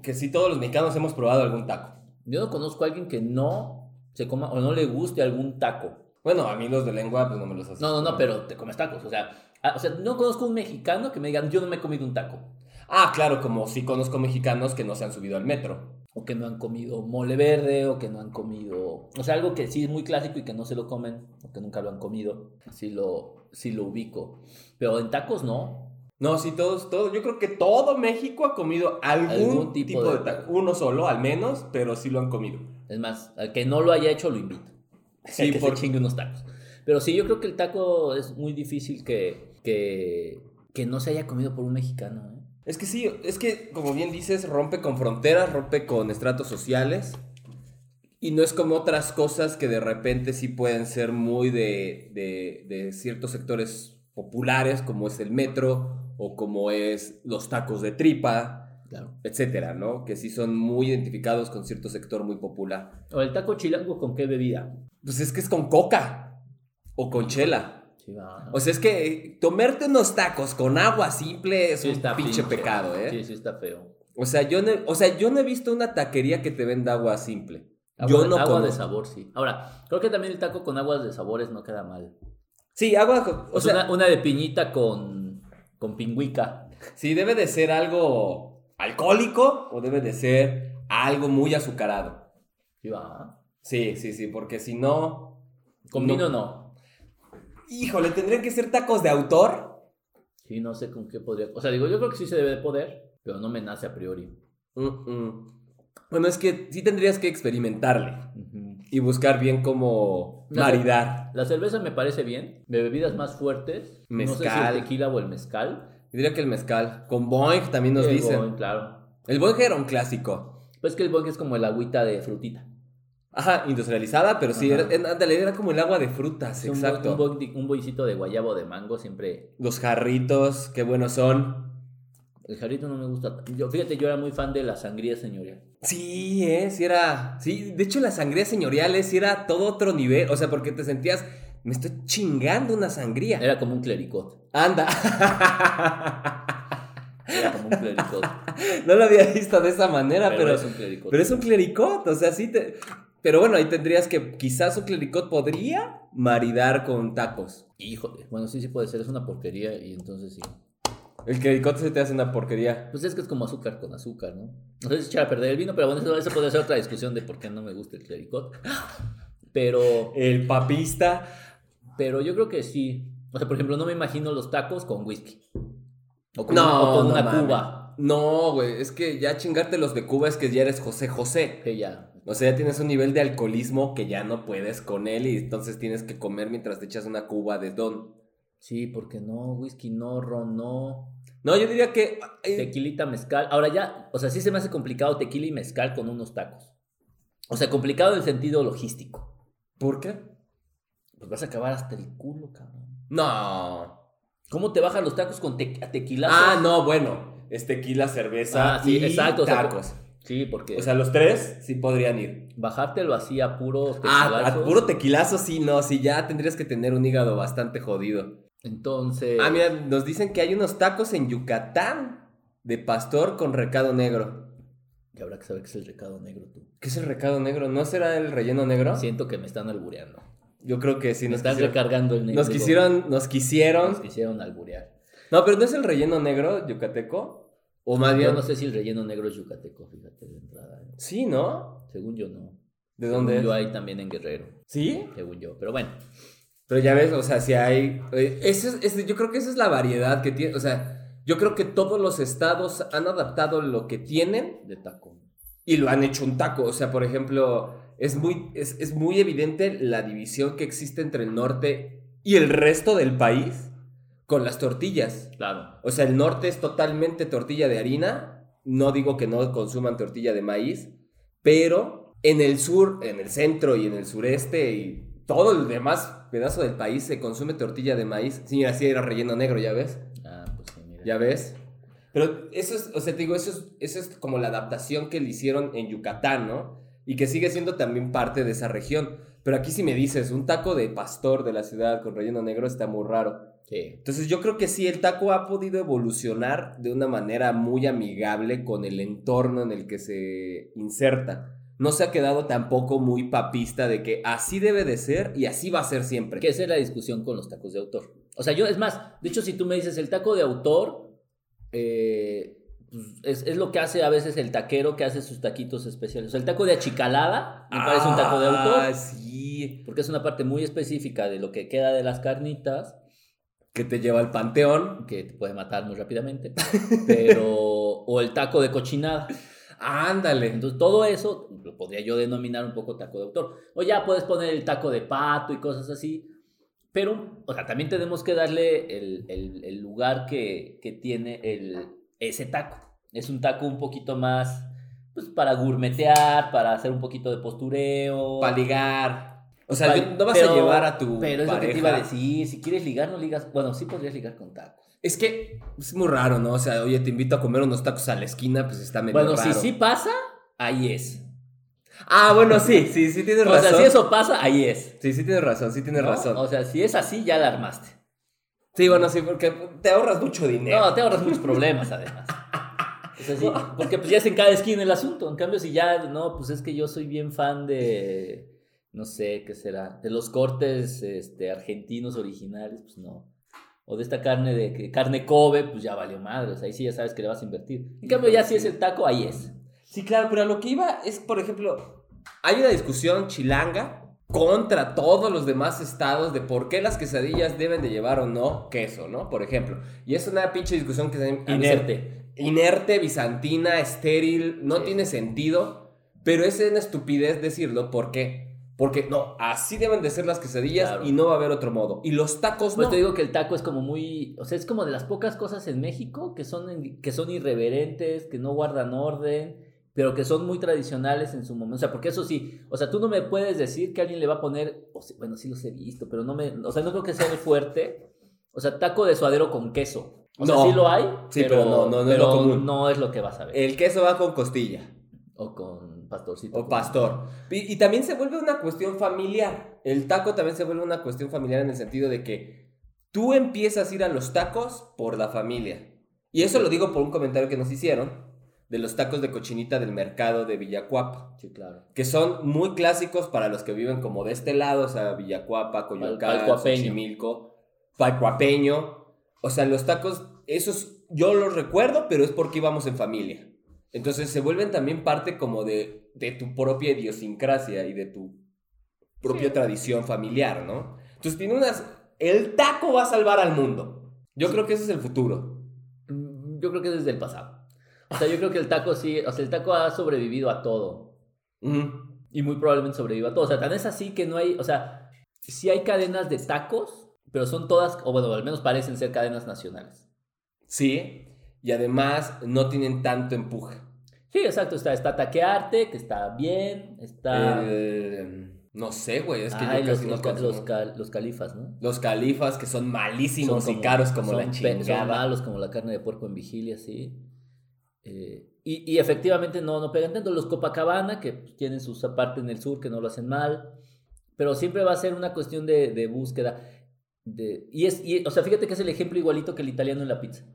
Speaker 2: que sí, todos los mexicanos hemos probado algún taco.
Speaker 1: Yo no conozco a alguien que no se coma o no le guste algún taco.
Speaker 2: Bueno, a mí los de lengua, pues no me los hacen.
Speaker 1: No, no, no, pero te comes tacos. O sea, a- o sea, no conozco un mexicano que me digan, yo no me he comido un taco.
Speaker 2: Ah, claro, como sí conozco mexicanos que no se han subido al metro.
Speaker 1: O que no han comido mole verde, o que no han comido... O sea, algo que sí es muy clásico y que no se lo comen, o que nunca lo han comido. Sí lo, sí lo ubico. Pero en tacos no.
Speaker 2: No, sí, todos, todos. Yo creo que todo México ha comido algún,
Speaker 1: Algún tipo
Speaker 2: tipo,
Speaker 1: de
Speaker 2: de taco. Uno solo, al menos, pero sí lo han comido.
Speaker 1: Es más, al que no lo haya hecho lo invito.
Speaker 2: Sí,
Speaker 1: que
Speaker 2: por-
Speaker 1: se chingue unos tacos. Pero sí, yo creo que el taco es muy difícil que, que, que no se haya comido por un mexicano. ¿eh?
Speaker 2: Es que sí, es que, como bien dices, rompe con fronteras, rompe con estratos sociales. Y no es como otras cosas que de repente sí pueden ser muy de, de- de ciertos sectores populares, como es el metro o como es los tacos de tripa,
Speaker 1: Claro.
Speaker 2: etcétera, ¿no? Que sí son muy identificados con cierto sector muy popular.
Speaker 1: O el taco chilango con qué bebida.
Speaker 2: Pues es que es con coca o con chela.
Speaker 1: Sí, va.
Speaker 2: O sea, es que eh, tomarte unos tacos con agua simple es
Speaker 1: Sí
Speaker 2: un pinche, pecado, ¿eh?
Speaker 1: Sí, sí está feo.
Speaker 2: O sea, yo no, o sea, yo no he visto una taquería que te venda agua simple.
Speaker 1: Agua,
Speaker 2: yo
Speaker 1: de-
Speaker 2: no
Speaker 1: agua
Speaker 2: conozco.
Speaker 1: de sabor, sí. Ahora, creo que también el taco con aguas de sabores no queda mal.
Speaker 2: Sí, agua, con- o
Speaker 1: O
Speaker 2: sea,
Speaker 1: una, una de piñita con, con pingüica.
Speaker 2: sí debe de ser algo alcohólico o debe de ser algo muy azucarado.
Speaker 1: Sí, va.
Speaker 2: Sí, sí, sí, porque si no,
Speaker 1: Con
Speaker 2: No.
Speaker 1: vino no.
Speaker 2: híjole, tendrían que ser tacos de autor.
Speaker 1: Sí, no sé con qué podría. O sea, digo, yo creo que sí se debe de poder, pero no me nace a priori.
Speaker 2: Mm, mm. Bueno, es que sí tendrías que experimentarle.
Speaker 1: Ujú.
Speaker 2: y buscar bien como
Speaker 1: No,
Speaker 2: maridar.
Speaker 1: La cerveza me parece bien. De bebidas más fuertes. No sé si
Speaker 2: Mezcal.
Speaker 1: el tequila o el mezcal.
Speaker 2: Yo diría que el mezcal. Con Boing también nos
Speaker 1: El
Speaker 2: dicen.
Speaker 1: Boing, claro.
Speaker 2: El Boing era un clásico.
Speaker 1: Pues que el boing es como el agüita de frutita.
Speaker 2: Ajá, industrializada, pero sí,
Speaker 1: Ajá.
Speaker 2: era, en- ándale, era como el agua de frutas,
Speaker 1: Es un
Speaker 2: exacto.
Speaker 1: boing- Un, boing- un boingcito de guayabo o de mango siempre.
Speaker 2: Los jarritos, qué buenos son.
Speaker 1: El jarrito no me gusta. Yo, fíjate, yo era muy fan de la sangría señorial.
Speaker 2: Sí, eh, sí era. Sí, de hecho, las sangrías señoriales sí era todo otro nivel. O sea, porque te sentías, me estoy chingando una sangría.
Speaker 1: Era como un clericot.
Speaker 2: Anda.
Speaker 1: Era como un clericot.
Speaker 2: no lo había visto de esa manera,
Speaker 1: pero,
Speaker 2: Ah, pero,
Speaker 1: es un clericot.
Speaker 2: Pero es un clericot, o sea, sí te... Pero bueno, ahí tendrías que, quizás un clericot podría maridar con tacos.
Speaker 1: Híjole. Bueno, sí, sí puede ser. Es una porquería y entonces sí.
Speaker 2: El clericot se te hace una porquería.
Speaker 1: Pues es que es como azúcar con azúcar, ¿no? No sé si echar a perder el vino, pero bueno, eso, eso podría ser otra discusión de por qué no me gusta el clericot. Pero,
Speaker 2: El papista,
Speaker 1: pero yo creo que sí. O sea, por ejemplo, no me imagino los tacos con whisky. O con,
Speaker 2: No,
Speaker 1: una- o con
Speaker 2: no
Speaker 1: una
Speaker 2: mames.
Speaker 1: cuba.
Speaker 2: no, güey, es que ya chingarte los de Cuba es que ya eres José José.
Speaker 1: Que ya.
Speaker 2: O sea, ya tienes un nivel de alcoholismo que ya no puedes con él y entonces tienes que comer mientras te echas una cuba de don.
Speaker 1: Sí, porque no, whisky no, ron no.
Speaker 2: No, yo diría que... eh,
Speaker 1: Tequilita, mezcal. Ahora ya, o sea, sí se me hace complicado tequila y mezcal con unos tacos. O sea, complicado en el sentido logístico.
Speaker 2: ¿Por qué?
Speaker 1: Pues vas a acabar hasta el culo, cabrón.
Speaker 2: No.
Speaker 1: ¿Cómo te bajan los tacos con te tequila?
Speaker 2: Ah, no, bueno. Es tequila, cerveza
Speaker 1: Ah, sí,
Speaker 2: y
Speaker 1: exacto, o sea,
Speaker 2: tacos.
Speaker 1: Sí, porque
Speaker 2: O sea, los tres sí podrían ir.
Speaker 1: bajártelo así a puro
Speaker 2: Ah,
Speaker 1: tequilazo,
Speaker 2: a puro tequilazo sí, no, sí, ya tendrías que tener un hígado bastante jodido.
Speaker 1: Entonces,
Speaker 2: Ah, mira, nos dicen que hay unos tacos en Yucatán de pastor con recado negro.
Speaker 1: que habrá que saber que es el recado negro tú.
Speaker 2: ¿Qué es el recado negro? ¿No será el relleno negro?
Speaker 1: Siento que me están albureando.
Speaker 2: Yo creo que sí,
Speaker 1: me
Speaker 2: nos
Speaker 1: están
Speaker 2: quisieron,
Speaker 1: recargando el negro.
Speaker 2: nos quisieron, nos
Speaker 1: Nos
Speaker 2: quisieron.
Speaker 1: quisieron alburear.
Speaker 2: No, pero ¿no es el relleno negro yucateco? O más
Speaker 1: Yo
Speaker 2: bien,
Speaker 1: no sé si el relleno negro es yucateco, fíjate de entrada. ¿eh?
Speaker 2: sí, ¿no?
Speaker 1: Según yo no.
Speaker 2: ¿De dónde
Speaker 1: Según
Speaker 2: es?
Speaker 1: Yo hay también en Guerrero,
Speaker 2: ¿Sí?
Speaker 1: según yo. Pero bueno,
Speaker 2: Pero ya ves, o sea, si hay. eh, ese es- ese- yo creo que esa es la variedad que tiene. O sea, yo creo que todos los estados han adaptado lo que tienen
Speaker 1: de taco.
Speaker 2: y lo han hecho un taco. O sea, por ejemplo, es muy, es, es muy evidente la división que existe entre el norte y el resto del país con las tortillas.
Speaker 1: Claro.
Speaker 2: O sea, el norte es totalmente tortilla de harina. No digo que no consuman tortilla de maíz, pero en el sur, en el centro y en el sureste y todo el demás pedazo del país se consume tortilla de maíz. Sí, así era relleno negro, ya ves.
Speaker 1: Ah, pues sí, mira.
Speaker 2: Ya ves. Pero eso es, o sea, te digo, eso es, eso es como la adaptación que le hicieron en Yucatán, ¿no? Y que sigue siendo también parte de esa región. Pero aquí si me dices, un taco de pastor de la ciudad con relleno negro está muy raro.
Speaker 1: Sí.
Speaker 2: Entonces yo creo que sí, el taco ha podido evolucionar de una manera muy amigable con el entorno en el que se inserta. No se ha quedado tampoco muy papista de que así debe de ser y así va a ser siempre.
Speaker 1: Que esa es la discusión con los tacos de autor. O sea, yo, es más, de hecho, si tú me dices el taco de autor, eh, pues, es, es lo que hace a veces el taquero que hace sus taquitos especiales. O sea, el taco de achicalada me parece un taco de
Speaker 2: Ah,
Speaker 1: autor.
Speaker 2: sí,
Speaker 1: Porque es una parte muy específica de lo que queda de las carnitas,
Speaker 2: que te lleva al panteón.
Speaker 1: que te puede matar muy rápidamente. Pero, o el taco de cochinada.
Speaker 2: Ándale.
Speaker 1: Entonces, todo eso lo podría yo denominar un poco taco de autor. O ya puedes poner el taco de pato y cosas así. Pero, o sea, también tenemos que darle el, el- el lugar que, que tiene el, ese taco. Es un taco un poquito más, pues, para gourmetear, para hacer un poquito de postureo.
Speaker 2: Para ligar. O sea,
Speaker 1: Pal-
Speaker 2: no vas
Speaker 1: pero-
Speaker 2: a llevar a tu
Speaker 1: Pero es lo que te
Speaker 2: pareja.
Speaker 1: iba a decir. Si quieres ligar, no ligas. Bueno, sí podrías ligar con tacos.
Speaker 2: Es que es muy raro, ¿no? O sea, oye, te invito a comer unos tacos a la esquina, pues está medio
Speaker 1: Bueno,
Speaker 2: raro.
Speaker 1: si sí pasa, ahí es.
Speaker 2: Ah, bueno, sí, sí, sí tienes
Speaker 1: O
Speaker 2: razón.
Speaker 1: sea, si eso pasa, ahí es.
Speaker 2: Sí, sí tienes razón, sí tienes
Speaker 1: ¿no?
Speaker 2: razón.
Speaker 1: O sea, si es así, ya la armaste.
Speaker 2: Sí, bueno, sí, porque te ahorras mucho dinero.
Speaker 1: No, te ahorras muchos problemas además. O sea, sí, porque pues ya es en cada esquina el asunto. En cambio, si ya, no, pues es que yo soy bien fan de, no sé, ¿qué será? De los cortes este, argentinos originales, pues no. O de esta carne de que- carne Kobe, pues ya valió madre. O sea, ahí sí ya sabes que le vas a invertir. En cambio, ya si es el taco, ahí es.
Speaker 2: Sí, claro, pero a lo que iba es, por ejemplo, hay una discusión chilanga contra todos los demás estados de por qué las quesadillas deben de llevar o no queso, ¿no? Por ejemplo. Y es una pinche discusión que se
Speaker 1: Inerte.
Speaker 2: inerte, bizantina, estéril, no
Speaker 1: Sí.
Speaker 2: tiene sentido, pero es una estupidez decirlo porque Porque no, así deben de ser las quesadillas
Speaker 1: Claro.
Speaker 2: y no va a haber otro modo. Y los tacos
Speaker 1: Pues
Speaker 2: no.
Speaker 1: te digo que el taco es como muy, o sea, es como de las pocas cosas en México que son, en- que son irreverentes, que no guardan orden, pero que son muy tradicionales en su momento. O sea, porque eso sí, o sea, tú no me puedes decir que alguien le va a poner, o sea, bueno, sí los he visto, pero no me, o sea, no creo que sea muy fuerte. O sea, taco de suadero con queso. O sea,
Speaker 2: No.
Speaker 1: sí lo hay,
Speaker 2: Sí, pero no, no, no es lo
Speaker 1: pero
Speaker 2: común.
Speaker 1: no es lo que vas a ver.
Speaker 2: El queso va con costilla
Speaker 1: o con pastorcito.
Speaker 2: o
Speaker 1: con-
Speaker 2: pastor. Y, y también se vuelve una cuestión familiar. El taco también se vuelve una cuestión familiar en el sentido de que tú empiezas a ir a los tacos por la familia. Y eso lo digo por un comentario que nos hicieron de los tacos de cochinita del mercado de Villacuapa.
Speaker 1: Sí, claro.
Speaker 2: que son muy clásicos para los que viven como de este lado, o sea, Villacuapa, Coyoacán,
Speaker 1: Palcuapeño.
Speaker 2: Xochimilco, Palcuapeño. O sea, los tacos, esos yo los recuerdo, pero es porque íbamos en familia. Entonces se vuelven también parte como de, de tu propia idiosincrasia y de tu propia tradición familiar, ¿no? Entonces tiene unas... El taco va a salvar al mundo. Yo creo que ese es el futuro.
Speaker 1: Mm, Yo creo que desde el pasado. O sea, yo creo que el taco sí, o sea, el taco ha sobrevivido a todo.
Speaker 2: Ujú.
Speaker 1: y muy probablemente sobreviva todo. O sea, tan es así que no hay, o sea, sí hay cadenas de tacos, pero son todas, o bueno, al menos parecen ser cadenas nacionales.
Speaker 2: Sí. Y además no tienen tanto empuje.
Speaker 1: Sí, exacto, está, está Taquearte, que está bien, está...
Speaker 2: El- no sé, güey, Eh, es que
Speaker 1: Ay,
Speaker 2: yo
Speaker 1: los,
Speaker 2: casi
Speaker 1: los
Speaker 2: no
Speaker 1: ca-
Speaker 2: consumo.
Speaker 1: los ca- los califas, ¿no?
Speaker 2: Los califas que son malísimos
Speaker 1: Son
Speaker 2: y caros como la
Speaker 1: son pe- Son
Speaker 2: chingada.
Speaker 1: malos como la carne de puerco en vigilia, sí. Eh, y, y efectivamente no, no pegan tanto. Los Copacabana, que tienen su parte en el sur, que no lo hacen mal. Pero siempre va a ser una cuestión de, de búsqueda. De, y es, y, o sea, fíjate que es el ejemplo igualito que el italiano en la pizza.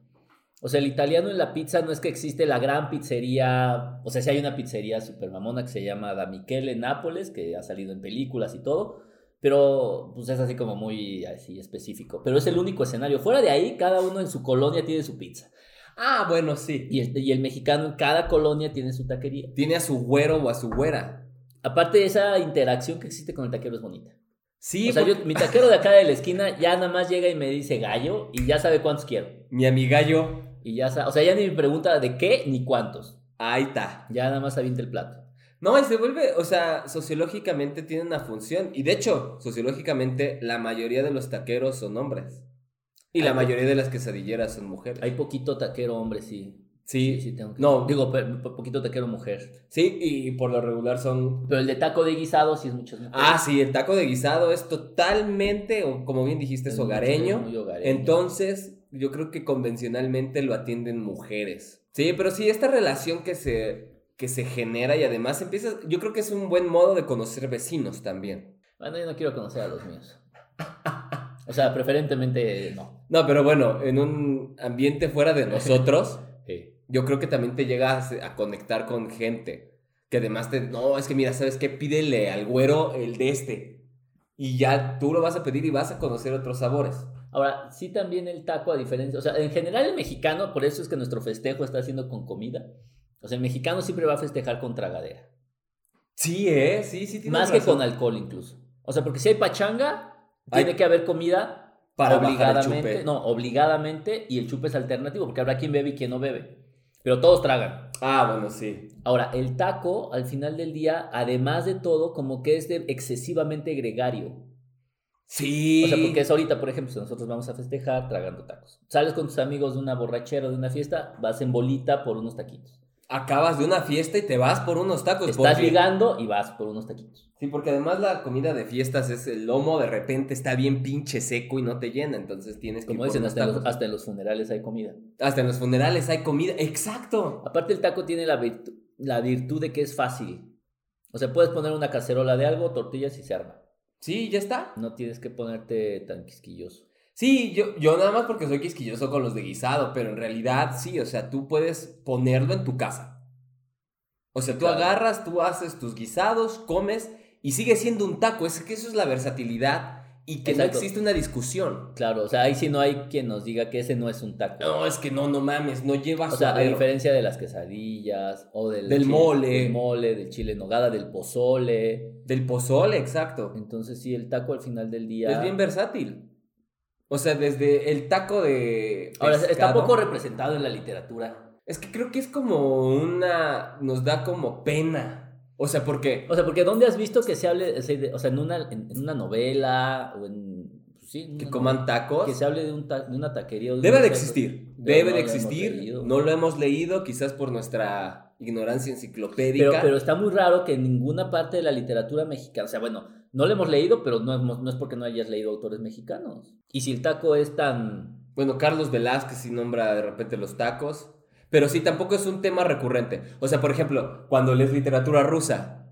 Speaker 1: O sea, el italiano en la pizza no es que existe la gran pizzería. O sea, si hay una pizzería super mamona que se llama Da Michele en Nápoles, que ha salido en películas y todo. Pero pues es así como muy así específico. Pero es el único escenario. Fuera de ahí, cada uno en su colonia tiene su pizza.
Speaker 2: Ah, bueno, sí.
Speaker 1: Y el, y el mexicano en cada colonia tiene su taquería.
Speaker 2: Tiene a su güero o a su güera.
Speaker 1: Aparte, esa interacción que existe con el taquero es bonita.
Speaker 2: Sí,
Speaker 1: o sea,
Speaker 2: porque-
Speaker 1: yo- mi taquero de acá de la esquina ya nada más llega y me dice gallo y ya sabe cuántos quiero.
Speaker 2: mi amigallo,
Speaker 1: Y ya sa- o sea, ya ni me pregunta de qué ni cuántos.
Speaker 2: ahí está.
Speaker 1: Ya nada más avienta el plato.
Speaker 2: No, y se vuelve, o sea, sociológicamente tiene una función. Y de hecho, sociológicamente, la mayoría de los taqueros son hombres. Y la
Speaker 1: Ay,
Speaker 2: mayoría de las quesadilleras son mujeres.
Speaker 1: Hay poquito taquero hombre, sí.
Speaker 2: sí,
Speaker 1: Sí, tengo que-
Speaker 2: No.
Speaker 1: Digo, pero po- poquito taquero mujer.
Speaker 2: sí, y por lo regular son
Speaker 1: Pero el de taco de guisado sí es mucho más.
Speaker 2: Ah, sí, el taco de guisado es totalmente, o como bien dijiste, es hogareño. Entonces, yo creo que convencionalmente lo atienden mujeres. Sí, pero sí, esta relación que se, que se genera y además empieza, yo creo que es un buen modo de conocer vecinos también.
Speaker 1: Bueno, yo Ah, no quiero conocer a los míos. O sea, preferentemente no.
Speaker 2: No, pero bueno, en un ambiente fuera de nosotros,
Speaker 1: Sí.
Speaker 2: yo creo que también te llegas a conectar con gente. Que además te, no, es que mira, ¿sabes qué? Pídele al güero el de este. Y ya tú lo vas a pedir y vas a conocer otros sabores.
Speaker 1: Ahora, sí también el taco a diferencia, o sea, en general el mexicano, por eso es que nuestro festejo está haciendo con comida. O sea, el mexicano siempre va a festejar con tragadera,
Speaker 2: Sí, eh, sí, sí tiene
Speaker 1: más que con alcohol incluso. O sea, porque si hay pachanga,
Speaker 2: Hay-
Speaker 1: tiene que haber comida
Speaker 2: para bajar el
Speaker 1: obligadamente,
Speaker 2: chupe.
Speaker 1: no, obligadamente y el chupe es alternativo, porque habrá quien bebe y quien no bebe. Pero todos tragan.
Speaker 2: Ah, bueno, sí.
Speaker 1: Ahora, el taco, al final del día, además de todo, como que es de excesivamente gregario.
Speaker 2: Sí.
Speaker 1: O sea, porque es ahorita, por ejemplo, si nosotros vamos a festejar tragando tacos. Sales con tus amigos de una borrachera, de una fiesta, vas en bolita por unos taquitos.
Speaker 2: acabas de una fiesta y te vas por unos tacos.
Speaker 1: Estás
Speaker 2: Pues, porque-
Speaker 1: ligando y vas por unos taquitos.
Speaker 2: Sí, porque además la comida de fiestas es el lomo, de repente está bien pinche seco y no te llena, entonces tienes que ir
Speaker 1: Como
Speaker 2: por
Speaker 1: dicen,
Speaker 2: unos
Speaker 1: hasta en, los,
Speaker 2: tacos.
Speaker 1: hasta en los funerales hay comida.
Speaker 2: Hasta en los funerales hay comida. Exacto.
Speaker 1: Aparte, el taco tiene la virtud, la virtud de que es fácil. O sea, puedes poner una cacerola de algo, tortillas y se arma.
Speaker 2: Sí, ya está.
Speaker 1: No tienes que ponerte tan quisquilloso.
Speaker 2: Sí, yo, yo nada más porque soy quisquilloso con los de guisado, pero en realidad sí, o sea, tú puedes ponerlo en tu casa. O sea, tú
Speaker 1: Claro.
Speaker 2: agarras, tú haces tus guisados, comes y sigue siendo un taco. Es que eso es la versatilidad y que no
Speaker 1: Exacto.
Speaker 2: existe una discusión.
Speaker 1: Claro, o sea, ahí sí no hay quien nos diga que ese no es un taco.
Speaker 2: No, es que no, no mames, no lleva
Speaker 1: O sea, a
Speaker 2: suadero.
Speaker 1: diferencia de las quesadillas o del,
Speaker 2: Ah, Del mole.
Speaker 1: del mole, del chile en nogada, del pozole.
Speaker 2: Del pozole, exacto.
Speaker 1: Entonces sí, el taco al final del día.
Speaker 2: Es bien versátil. O sea, desde el taco de
Speaker 1: Ahora está
Speaker 2: pescado-
Speaker 1: poco representado en la literatura.
Speaker 2: Es que creo que es como una... Nos da como pena. O sea, porque
Speaker 1: O sea, porque ¿dónde has visto que se hable, se- de- o sea, en una, en, en una novela o en... pues sí, en
Speaker 2: que
Speaker 1: una
Speaker 2: coman
Speaker 1: novela, Que
Speaker 2: tacos.
Speaker 1: se hable de, un ta- de una taquería. o
Speaker 2: Debe
Speaker 1: un
Speaker 2: de
Speaker 1: taco.
Speaker 2: existir.
Speaker 1: Pero
Speaker 2: Debe
Speaker 1: no
Speaker 2: de
Speaker 1: lo hemos
Speaker 2: existir.
Speaker 1: leído.
Speaker 2: No lo hemos leído, quizás por nuestra ignorancia enciclopédica.
Speaker 1: Pero, pero está muy raro que en ninguna parte de la literatura mexicana, o sea, bueno, no lo hemos leído, pero no, hemos- no es porque no hayas leído autores mexicanos. Y si el taco es tan...
Speaker 2: Bueno, Carlos Velázquez sí nombra de repente los tacos. Pero sí, tampoco es un tema recurrente. O sea, por ejemplo, cuando lees literatura rusa,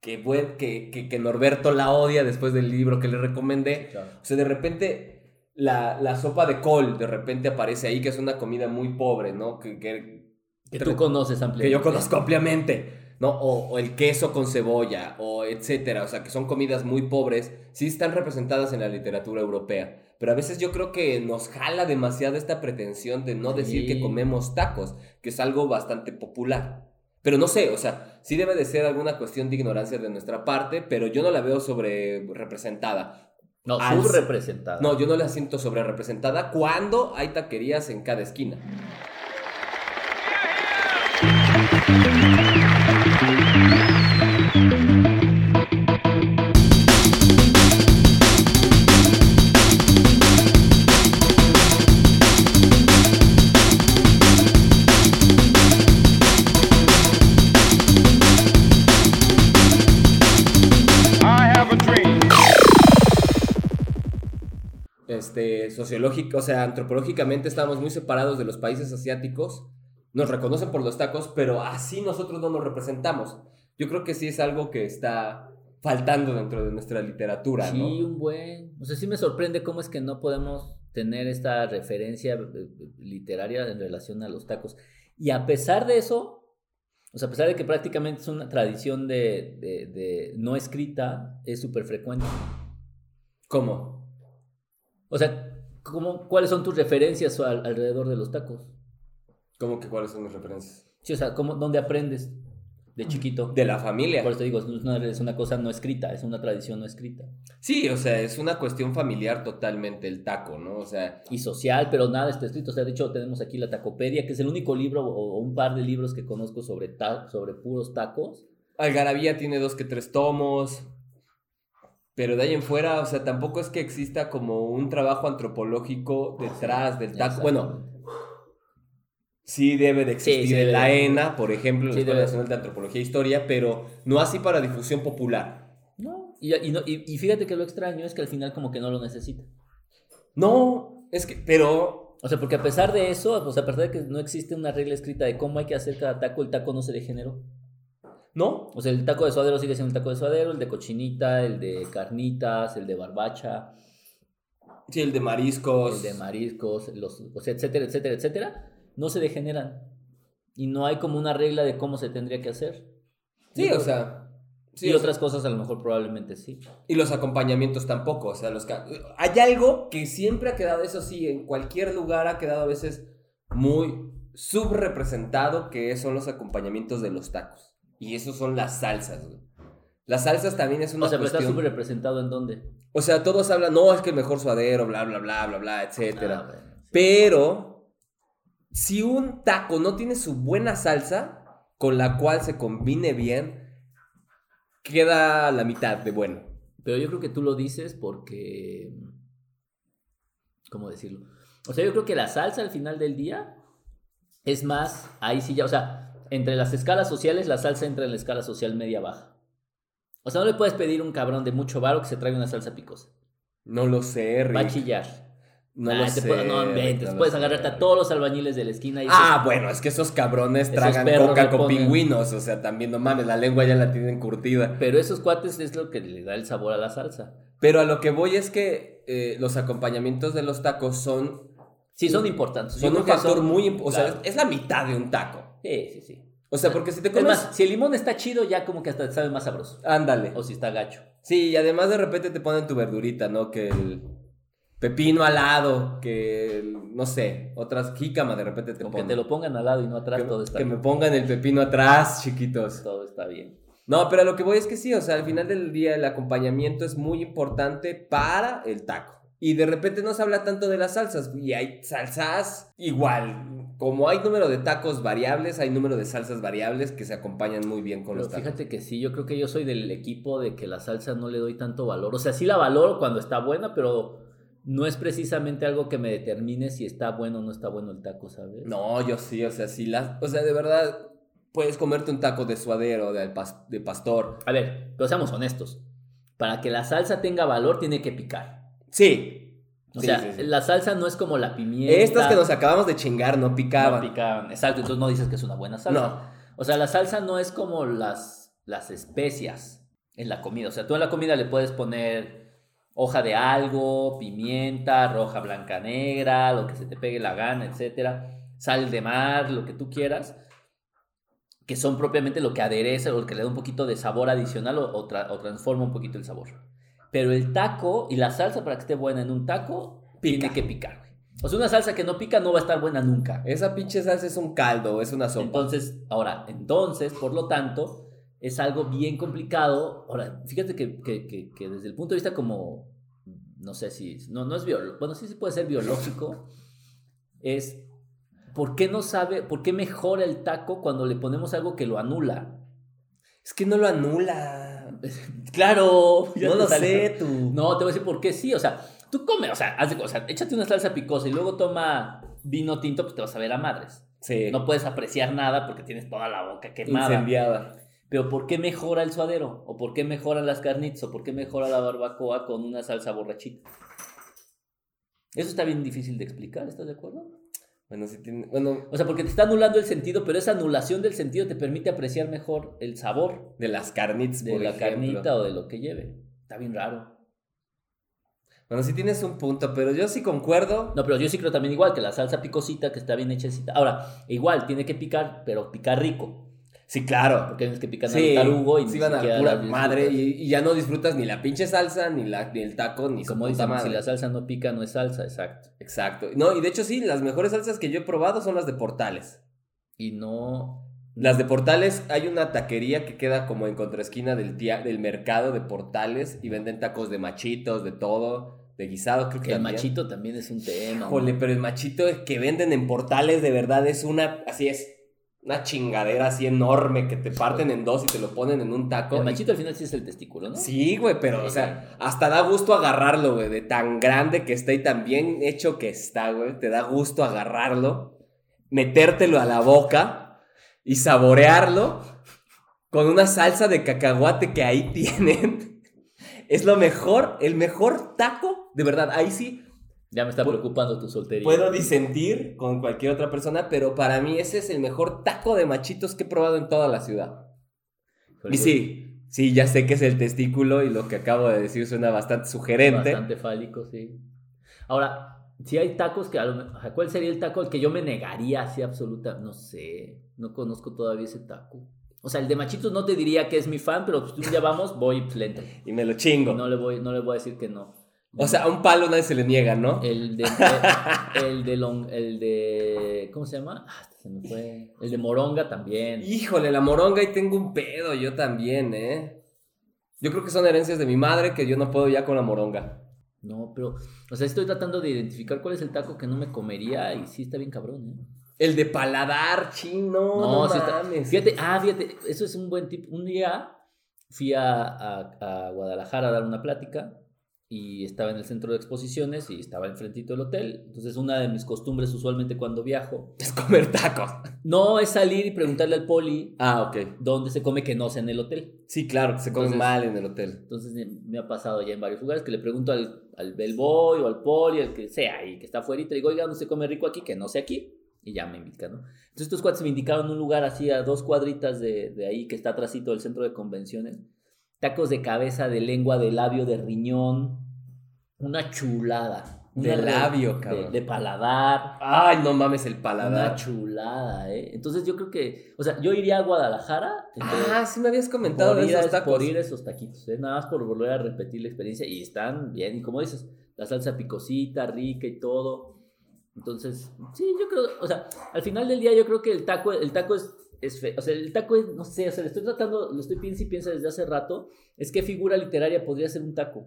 Speaker 2: que, buen- que, que- que Norberto la odia después del libro que le recomendé. O sea, de repente, la, la sopa de col de repente aparece ahí, que es una comida muy pobre, ¿no? Que, que,
Speaker 1: Que tú conoces ampliamente.
Speaker 2: que yo conozco ampliamente, ¿no? O, o el queso con cebolla, o etcétera. O sea, que son comidas muy pobres, sí están representadas en la literatura europea. Pero a veces yo creo que nos jala demasiado esta pretensión de no decir
Speaker 1: Sí.
Speaker 2: que comemos tacos, que es algo bastante popular. Pero no sé, o sea, sí debe de ser alguna cuestión de ignorancia de nuestra parte, pero yo no la veo sobre representada.
Speaker 1: No,
Speaker 2: Al-
Speaker 1: subrepresentada.
Speaker 2: No, yo no la siento sobrerepresentada cuando hay taquerías en cada esquina.
Speaker 3: I have a dream.
Speaker 2: Este, sociológico, o sea, antropológicamente estamos muy separados de los países asiáticos. Nos reconocen por los tacos, pero así nosotros no nos representamos. Yo creo que sí es algo que está faltando dentro de nuestra literatura,
Speaker 1: Sí,
Speaker 2: ¿no?
Speaker 1: un buen. O sea, sí me sorprende cómo es que no podemos tener esta referencia eh, literaria en relación a los tacos. Y a pesar de eso, o sea, a pesar de que prácticamente es una tradición de, de- de no escrita, es súper frecuente.
Speaker 2: ¿Cómo?
Speaker 1: O sea, ¿cómo, ¿cuáles son tus referencias al- alrededor de los tacos?
Speaker 2: ¿Cómo que cuáles son mis referencias?
Speaker 1: Sí, o sea, ¿cómo, ¿dónde aprendes de chiquito?
Speaker 2: Mm. De la familia.
Speaker 1: Por eso te digo, es una, es una cosa no escrita, es una tradición no escrita.
Speaker 2: Sí, o sea, es una cuestión familiar totalmente el taco, ¿no? O sea,
Speaker 1: y social, pero nada está escrito. O sea, de hecho, tenemos aquí la Tacopedia, que es el único libro o, o un par de libros que conozco sobre, ta- sobre puros tacos.
Speaker 2: Algarabía tiene dos que tres tomos. Pero de ahí en fuera, o sea, tampoco es que exista como un trabajo antropológico detrás del taco.
Speaker 1: Exacto.
Speaker 2: Bueno, sí debe de existir
Speaker 1: sí
Speaker 2: en
Speaker 1: debe
Speaker 2: la
Speaker 1: de-
Speaker 2: ENA, por ejemplo, en la
Speaker 1: Sí,
Speaker 2: Escuela
Speaker 1: debe.
Speaker 2: Nacional de Antropología e Historia, pero no así para difusión popular.
Speaker 1: No, y, y no- y- y fíjate que lo extraño es que al final como que no lo necesita.
Speaker 2: No, es que, pero
Speaker 1: O sea, porque a pesar de eso, o sea, a pesar de que no existe una regla escrita de cómo hay que hacer cada taco, el taco no se degeneró.
Speaker 2: no.
Speaker 1: O sea, el taco de suadero sigue siendo el taco de suadero, el de cochinita, el de carnitas, el de barbacha,
Speaker 2: Sí, el de mariscos.
Speaker 1: el de mariscos, los, o sea, etcétera, etcétera, etcétera, no se degeneran. Y no hay como una regla de cómo se tendría que hacer.
Speaker 2: sí, o sea. sí,
Speaker 1: y
Speaker 2: o sea,
Speaker 1: otras cosas a lo mejor probablemente sí.
Speaker 2: Y los acompañamientos tampoco, o sea, los ca- hay algo que siempre ha quedado, eso sí, en cualquier lugar ha quedado a veces muy subrepresentado, que son los acompañamientos de los tacos. Y eso son las salsas, güey. Las salsas también es una
Speaker 1: O sea, pero está
Speaker 2: cuestión-
Speaker 1: súper representado en dónde.
Speaker 2: O sea, todos hablan, no, es que el mejor suadero, bla, bla, bla, bla, bla, etcétera.
Speaker 1: Ah, bueno, sí.
Speaker 2: Pero si un taco no tiene su buena salsa con la cual se combine bien, queda la mitad de bueno.
Speaker 1: Pero yo creo que tú lo dices porque... ¿Cómo decirlo? O sea, yo creo que la salsa al final del día es más, ahí sí ya, o sea, entre las escalas sociales, la salsa entra en la escala social media-baja. O sea, no le puedes pedir a un cabrón de mucho varo que se traiga una salsa picosa.
Speaker 2: No lo sé, Rick.
Speaker 1: Va a chillar.
Speaker 2: No
Speaker 1: Ah,
Speaker 2: lo
Speaker 1: te
Speaker 2: sé.
Speaker 1: puedo- no inventes,
Speaker 2: no lo
Speaker 1: puedes
Speaker 2: sé.
Speaker 1: agarrarte a todos los albañiles de la esquina y
Speaker 2: Ah, bueno, es que esos cabrones
Speaker 1: Esos
Speaker 2: tragan
Speaker 1: perros
Speaker 2: coca
Speaker 1: le
Speaker 2: con
Speaker 1: ponen.
Speaker 2: pingüinos, o sea, también no mames, la lengua ya la tienen curtida.
Speaker 1: pero esos cuates es lo que le da el sabor a la salsa.
Speaker 2: Pero a lo que voy es que eh, los acompañamientos de los tacos son,
Speaker 1: Sí, son importantes. Yo
Speaker 2: son un
Speaker 1: creo que
Speaker 2: factor
Speaker 1: son-
Speaker 2: muy importante. O sea,
Speaker 1: Claro.
Speaker 2: es, es la mitad de un taco.
Speaker 1: Sí, sí, sí.
Speaker 2: O sea, porque si te
Speaker 1: Es
Speaker 2: comes.
Speaker 1: más, si el limón está chido, ya como que hasta te sabe más sabroso.
Speaker 2: ándale.
Speaker 1: O si está gacho.
Speaker 2: Sí, y además de repente te ponen tu verdurita, ¿no? Que el pepino alado, que el- no sé, otras jícama de repente te
Speaker 1: Con que
Speaker 2: ponen.
Speaker 1: te lo pongan al lado y no atrás,
Speaker 2: Que-
Speaker 1: todo está
Speaker 2: que me
Speaker 1: bien.
Speaker 2: pongan el pepino atrás, chiquitos.
Speaker 1: Todo está bien.
Speaker 2: No, pero a lo que voy es que sí, o sea, al final del día el acompañamiento es muy importante para el taco. Y de repente no se habla tanto de las salsas, y hay salsas igual, como hay número de tacos variables, hay número de salsas variables que se acompañan muy bien con
Speaker 1: Pero
Speaker 2: los tacos.
Speaker 1: fíjate que sí, yo creo que yo soy del equipo de que la salsa no le doy tanto valor. O sea, sí la valoro cuando está buena, pero no es precisamente algo que me determine si está bueno o no está bueno el taco, ¿sabes?
Speaker 2: No, yo sí, o sea, sí las, o sea, de verdad puedes comerte un taco de suadero, de, al pas- de pastor.
Speaker 1: A ver, pero seamos honestos. Para que la salsa tenga valor, tiene que picar.
Speaker 2: Sí.
Speaker 1: O
Speaker 2: Sí,
Speaker 1: sea,
Speaker 2: sí, sí.
Speaker 1: la salsa no es como la pimienta.
Speaker 2: estas que nos acabamos de chingar no
Speaker 1: no
Speaker 2: picaban.
Speaker 1: picaban. Exacto, entonces no dices que es una buena salsa.
Speaker 2: No.
Speaker 1: O sea, la salsa no es como las, las especias en la comida. O sea, tú en la comida le puedes poner hoja de algo, pimienta, roja, blanca, negra, lo que se te pegue la gana, etcétera, sal de mar, lo que tú quieras, que son propiamente lo que adereza o lo que le da un poquito de sabor adicional o, o tra- o transforma un poquito el sabor. Pero el taco y la salsa para que esté buena en un taco tiene que picar, güey. O sea, una salsa que no pica no va a estar buena nunca.
Speaker 2: Esa pinche salsa es un caldo, es una sopa.
Speaker 1: Entonces, ahora, entonces, por lo tanto, es algo bien complicado. Ahora, fíjate que, que- que- que desde el punto de vista como, no sé si, no, no es biológico, bueno, sí se puede ser biológico, es, ¿por qué no sabe, por qué mejora el taco cuando le ponemos algo que lo anula?
Speaker 2: Es que no lo anula.
Speaker 1: Claro, ya
Speaker 2: No
Speaker 1: te
Speaker 2: lo
Speaker 1: sale.
Speaker 2: sé, tú.
Speaker 1: No, te voy a decir por qué sí, o sea, tú come, o sea, haz de, o sea, échate una salsa picosa y luego toma vino tinto, pues te vas a ver a madres.
Speaker 2: Sí.
Speaker 1: No puedes apreciar nada porque tienes toda la boca quemada.
Speaker 2: incendiada.
Speaker 1: Pero ¿por qué mejora el suadero? ¿O por qué mejoran las carnitas? ¿O por qué mejora la barbacoa con una salsa borrachita? Eso está bien difícil de explicar, ¿estás de acuerdo?
Speaker 2: Bueno, sí tiene. Bueno,
Speaker 1: O sea, porque te está anulando el sentido, pero esa anulación del sentido te permite apreciar mejor el sabor
Speaker 2: de las carnitas,
Speaker 1: de
Speaker 2: por
Speaker 1: la
Speaker 2: ejemplo.
Speaker 1: carnita o de lo que lleve. Está bien raro.
Speaker 2: Bueno, sí tienes un punto, pero yo sí concuerdo.
Speaker 1: No, pero yo sí creo también igual que la salsa picosita que está bien hechecita. Ahora, igual tiene que picar, pero picar rico.
Speaker 2: Sí, claro.
Speaker 1: Porque hay unos que pican
Speaker 2: Sí,
Speaker 1: al tarugo y
Speaker 2: sí
Speaker 1: ni
Speaker 2: van a
Speaker 1: siquiera
Speaker 2: pura
Speaker 1: las disfrutas.
Speaker 2: madre y, y ya no disfrutas ni la pinche salsa, ni, la, ni el taco, ni su
Speaker 1: Como
Speaker 2: puta
Speaker 1: dicen,
Speaker 2: madre.
Speaker 1: si la salsa no pica, no es salsa, exacto.
Speaker 2: Exacto. No, y de hecho sí, las mejores salsas que yo he probado son las de Portales.
Speaker 1: Y no
Speaker 2: Las de Portales, hay una taquería que queda como en contraesquina del, tía- del mercado de Portales y venden tacos de machitos, de todo, de guisado, creo que
Speaker 1: Que el
Speaker 2: también.
Speaker 1: machito también es un tema.
Speaker 2: Híjole,
Speaker 1: ¿no?
Speaker 2: pero el machito es que venden en Portales de verdad es una, así es, una chingadera así enorme que te parten en dos y te lo ponen en un taco.
Speaker 1: El machito al final sí es el testículo, ¿no?
Speaker 2: Sí, güey, pero, o sea, hasta da gusto agarrarlo, güey, de tan grande que está y tan bien hecho que está, güey. Te da gusto agarrarlo, metértelo a la boca y saborearlo con una salsa de cacahuate que ahí tienen. Es lo mejor, el mejor taco, de verdad, ahí sí
Speaker 1: Ya me está
Speaker 2: Pu-
Speaker 1: preocupando tu soltería.
Speaker 2: puedo disentir con cualquier otra persona, pero para mí ese es el mejor taco de machitos que he probado en toda la ciudad.
Speaker 1: Pero
Speaker 2: Y sí, sí, ya sé que es el testículo y lo que acabo de decir suena bastante
Speaker 1: es
Speaker 2: sugerente.
Speaker 1: Bastante fálico, sí. Ahora, si hay tacos que a lo mejor- ¿Cuál sería el taco al que yo me negaría así absoluta? No sé. No conozco todavía ese taco. O sea, el de machitos no te diría que es mi fan, pero si tú ya vamos, voy lente.
Speaker 2: Y me lo chingo.
Speaker 1: No le voy, no le voy a decir que no.
Speaker 2: O sea, a un palo nadie se le niega, ¿no?
Speaker 1: El de. El de. long- el de ¿Cómo se llama? Ah, se me fue. El de moronga también.
Speaker 2: Híjole, la moronga y tengo un pedo yo también, ¿eh? Yo creo que son herencias de mi madre que yo no puedo ya con la moronga.
Speaker 1: No, pero, o sea, estoy tratando de identificar cuál es el taco que no me comería y sí está bien cabrón, ¿eh?
Speaker 2: El de paladar, chino, no,
Speaker 1: sí está-
Speaker 2: mames.
Speaker 1: Fíjate, ah, fíjate, eso es un buen tip. Un día fui a, a- a Guadalajara a dar una plática y estaba en el centro de exposiciones y estaba enfrentito del hotel. Entonces, una de mis costumbres usualmente cuando viajo,
Speaker 2: Es comer tacos.
Speaker 1: no es salir y preguntarle al poli
Speaker 2: Ah, ok.
Speaker 1: dónde se come que no sea en el hotel.
Speaker 2: Sí, claro, que se come
Speaker 1: Entonces-
Speaker 2: mal en el hotel.
Speaker 1: Entonces me- me ha pasado ya en varios lugares que le pregunto al, al bellboy o al poli, al que sea, y que está afuera, y te digo, oiga, no se come rico aquí, que no sea aquí. Y ya me indican, ¿no? Entonces estos cuates me indicaron un lugar así a dos cuadritas de, de ahí, que está atrásito del centro de convenciones. Tacos de cabeza, de lengua, de labio, de riñón. Una chulada.
Speaker 2: De
Speaker 1: Una re-
Speaker 2: labio,
Speaker 1: de-
Speaker 2: cabrón.
Speaker 1: de paladar.
Speaker 2: Ay, no mames, el
Speaker 1: Una
Speaker 2: paladar.
Speaker 1: chulada, ¿eh? Entonces yo creo que, o sea, yo iría a Guadalajara. entre-
Speaker 2: Ah, sí me habías comentado
Speaker 1: por
Speaker 2: de
Speaker 1: ir, a,
Speaker 2: esos tacos.
Speaker 1: por ir a esos taquitos, ¿eh? nada más por volver a repetir la experiencia y están bien, y como dices, la salsa picosita, rica y todo. Entonces, sí, yo creo, o sea, al final del día yo creo que el taco, el taco es, es fe- o sea, el taco es, no sé, o sea, le estoy tratando, lo estoy piensa y piensa desde hace rato, es que figura literaria podría ser un taco.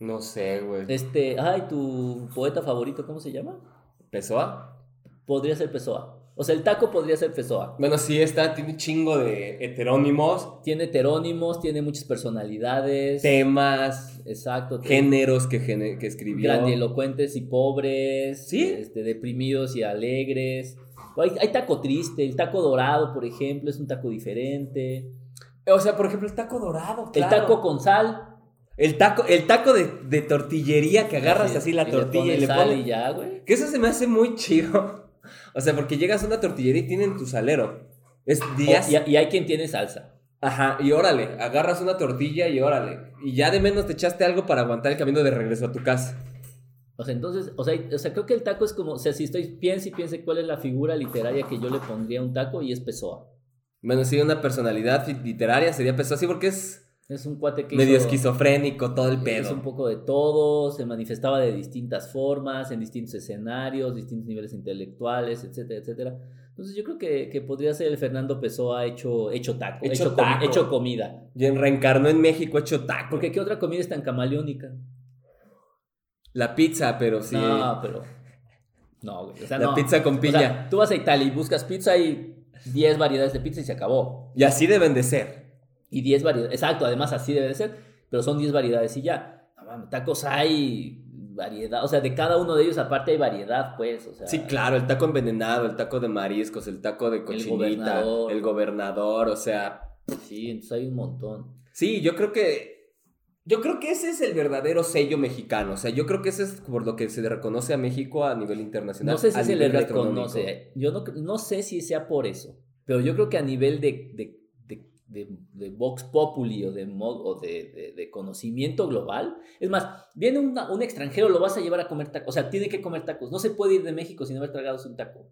Speaker 2: No sé, güey.
Speaker 1: Este, ay, tu poeta favorito, ¿cómo se llama?
Speaker 2: ¿Pessoa?
Speaker 1: Podría ser Pessoa. O sea, el taco podría ser Pessoa.
Speaker 2: Bueno, sí, está, tiene un chingo de heterónimos,
Speaker 1: Tiene heterónimos, tiene muchas personalidades.
Speaker 2: temas,
Speaker 1: Exacto.
Speaker 2: géneros que, gene- que escribió.
Speaker 1: Grandilocuentes y pobres.
Speaker 2: ¿Sí?
Speaker 1: este, deprimidos y alegres. O Hay, hay taco triste, el taco dorado, por ejemplo, es un taco diferente.
Speaker 2: O sea, por ejemplo, el taco dorado,
Speaker 1: El
Speaker 2: claro.
Speaker 1: taco con sal.
Speaker 2: El taco, el taco de, de tortillería que agarras así la
Speaker 1: le
Speaker 2: tortilla y
Speaker 1: pones
Speaker 2: le
Speaker 1: sal
Speaker 2: pones.
Speaker 1: y ya, güey.
Speaker 2: Que eso se me hace muy chido. O sea, porque llegas a una tortillería y tienen tu salero. Es días.
Speaker 1: O- y- y hay quien tiene salsa.
Speaker 2: Ajá, y órale, agarras una tortilla y órale. Y ya de menos te echaste algo para aguantar el camino de regreso a tu casa.
Speaker 1: O sea, entonces, o sea, y- o sea, creo que el taco es como, o sea, si estoy, piense y piense cuál es la figura literaria que yo le pondría a un taco y es Pessoa.
Speaker 2: Bueno, sí, una personalidad fi- literaria sería pesado así porque es
Speaker 1: Es un cuate que
Speaker 2: medio
Speaker 1: hizo-
Speaker 2: esquizofrénico, todo el
Speaker 1: Es un
Speaker 2: pedo.
Speaker 1: poco de todo, se manifestaba de distintas formas, en distintos escenarios, distintos niveles intelectuales, etcétera, etcétera. Entonces yo creo que, que podría ser el Fernando Pessoa hecho, hecho taco,
Speaker 2: Hecho
Speaker 1: hecho, comi-
Speaker 2: taco.
Speaker 1: hecho comida.
Speaker 2: Y en- reencarnó en México hecho taco.
Speaker 1: Porque ¿qué otra comida es tan camaleónica?
Speaker 2: La pizza, pero sí.
Speaker 1: No, pero... No, güey. O sea,
Speaker 2: La
Speaker 1: no.
Speaker 2: pizza con
Speaker 1: O
Speaker 2: piña.
Speaker 1: sea, tú vas a Italia y buscas pizza y 10 variedades de pizza y se acabó.
Speaker 2: Y así deben de ser.
Speaker 1: Y 10 variedades. Exacto, además así debe de ser. Pero son 10 variedades y ya. No mames, tacos hay variedad. O sea, de cada uno de ellos aparte hay variedad, pues. O sea,
Speaker 2: Sí, claro, el taco envenenado, el taco de mariscos, el taco de cochinita, el gobernador,
Speaker 1: gobernador.
Speaker 2: o sea.
Speaker 1: Sí, entonces hay un montón.
Speaker 2: Sí, yo creo que. Yo creo que ese es el verdadero sello mexicano. O sea, yo creo que ese es por lo que se le reconoce a México a nivel internacional.
Speaker 1: No sé si
Speaker 2: a
Speaker 1: se le
Speaker 2: nivel gastronómico.
Speaker 1: reconoce. eh, Yo no, cre- no sé si sea por eso. Pero yo creo que a nivel de, de, de, de- de Vox Populi o, de, mo- o de, de- de conocimiento global. Es más, viene una- un extranjero, lo vas a llevar a comer tacos. O sea, tiene que comer tacos. No se puede ir de México sin haber tragado un taco.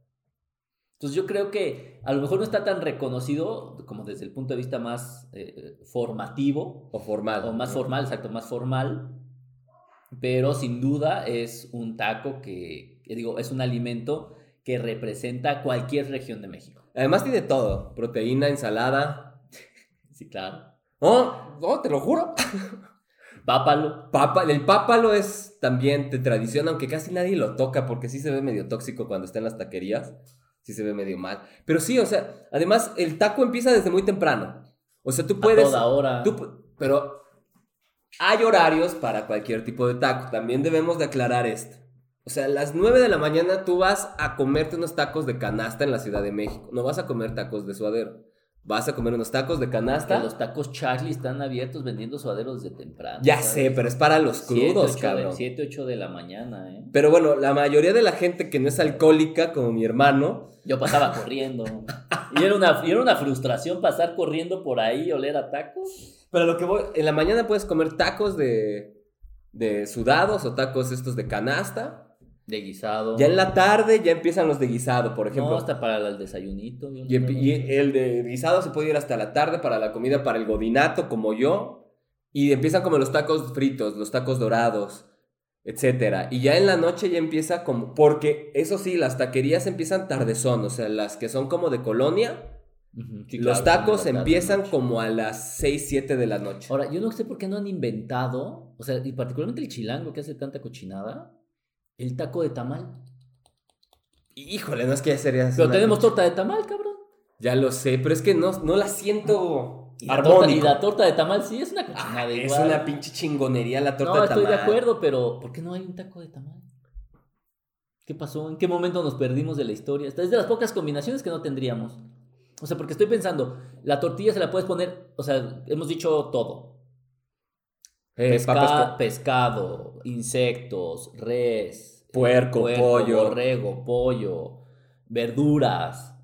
Speaker 1: Entonces yo creo que a lo mejor no está tan reconocido como desde el punto de vista más eh, formativo
Speaker 2: O formal.
Speaker 1: o más
Speaker 2: ¿no?
Speaker 1: formal, exacto, más formal, pero sin duda es un taco que, que digo, es un alimento que representa cualquier región de México.
Speaker 2: Además tiene todo. Proteína, ensalada.
Speaker 1: Sí, claro.
Speaker 2: Oh, oh, te lo juro.
Speaker 1: Pápalo.
Speaker 2: Papa- el pápalo es también de tradición, aunque casi nadie lo toca porque sí se ve medio tóxico cuando está en las taquerías. Sí se ve medio mal. Pero sí, o sea, además el taco empieza desde muy temprano. O sea, tú
Speaker 1: a
Speaker 2: puedes...
Speaker 1: toda hora.
Speaker 2: tú pu- pero hay horarios para cualquier tipo de taco. También debemos de aclarar esto. O sea, a las 9 de la mañana tú vas a comerte unos tacos de canasta en la Ciudad de México. No vas a comer tacos de suadero. Vas a comer unos tacos de
Speaker 1: Hasta
Speaker 2: canasta.
Speaker 1: los tacos Charlie están abiertos vendiendo suaderos desde temprano.
Speaker 2: Ya sé, pero es para los crudos, cabrón.
Speaker 1: 7, 8 de la mañana, ¿eh?
Speaker 2: Pero bueno, la mayoría de la gente que no es alcohólica, como mi hermano,
Speaker 1: Yo pasaba corriendo. Y era, una, y era una frustración pasar corriendo por ahí y oler a tacos.
Speaker 2: pero lo que voy, en la mañana puedes comer tacos de, de sudados o tacos estos de canasta.
Speaker 1: De guisado.
Speaker 2: Ya en la tarde ya empiezan los de guisado, por
Speaker 1: No,
Speaker 2: ejemplo.
Speaker 1: hasta para el desayunito. yo no-
Speaker 2: y, empi- y el de guisado se puede ir hasta la tarde para la comida, para el godinato, como yo. Y empiezan como los tacos fritos, los tacos dorados, etcétera. Y ya en la noche ya empieza como, porque eso sí, las taquerías empiezan tardezón, o sea, las que son como de colonia.
Speaker 1: Ujú, sí,
Speaker 2: los
Speaker 1: claro,
Speaker 2: tacos
Speaker 1: en la tarde,
Speaker 2: empiezan
Speaker 1: noche.
Speaker 2: como a las 6, 7 de la noche.
Speaker 1: Ahora, yo no sé por qué no han inventado, o sea, y particularmente el chilango que hace tanta cochinada, el taco de tamal.
Speaker 2: Híjole, no es que ya sería así
Speaker 1: Pero
Speaker 2: una-
Speaker 1: tenemos torta de tamal, cabrón.
Speaker 2: Ya lo sé, pero es que no, no la siento
Speaker 1: Y la, torta, y
Speaker 2: armónica.
Speaker 1: la torta de tamal sí es una cochinada
Speaker 2: Ah, es
Speaker 1: igual.
Speaker 2: una pinche chingonería la torta
Speaker 1: no,
Speaker 2: de
Speaker 1: estoy
Speaker 2: tamal.
Speaker 1: de acuerdo, pero ¿por qué no hay un taco de tamal? ¿Qué pasó? ¿En qué momento nos perdimos de la historia? Esta es de las pocas combinaciones que no tendríamos. O sea, porque estoy pensando, la tortilla se la puedes poner, o sea, hemos dicho todo.
Speaker 2: Eh,
Speaker 1: Pesca-
Speaker 2: papas con-
Speaker 1: pescado, insectos, res,
Speaker 2: puerco,
Speaker 1: puerco,
Speaker 2: pollo,
Speaker 1: borrego, pollo, verduras,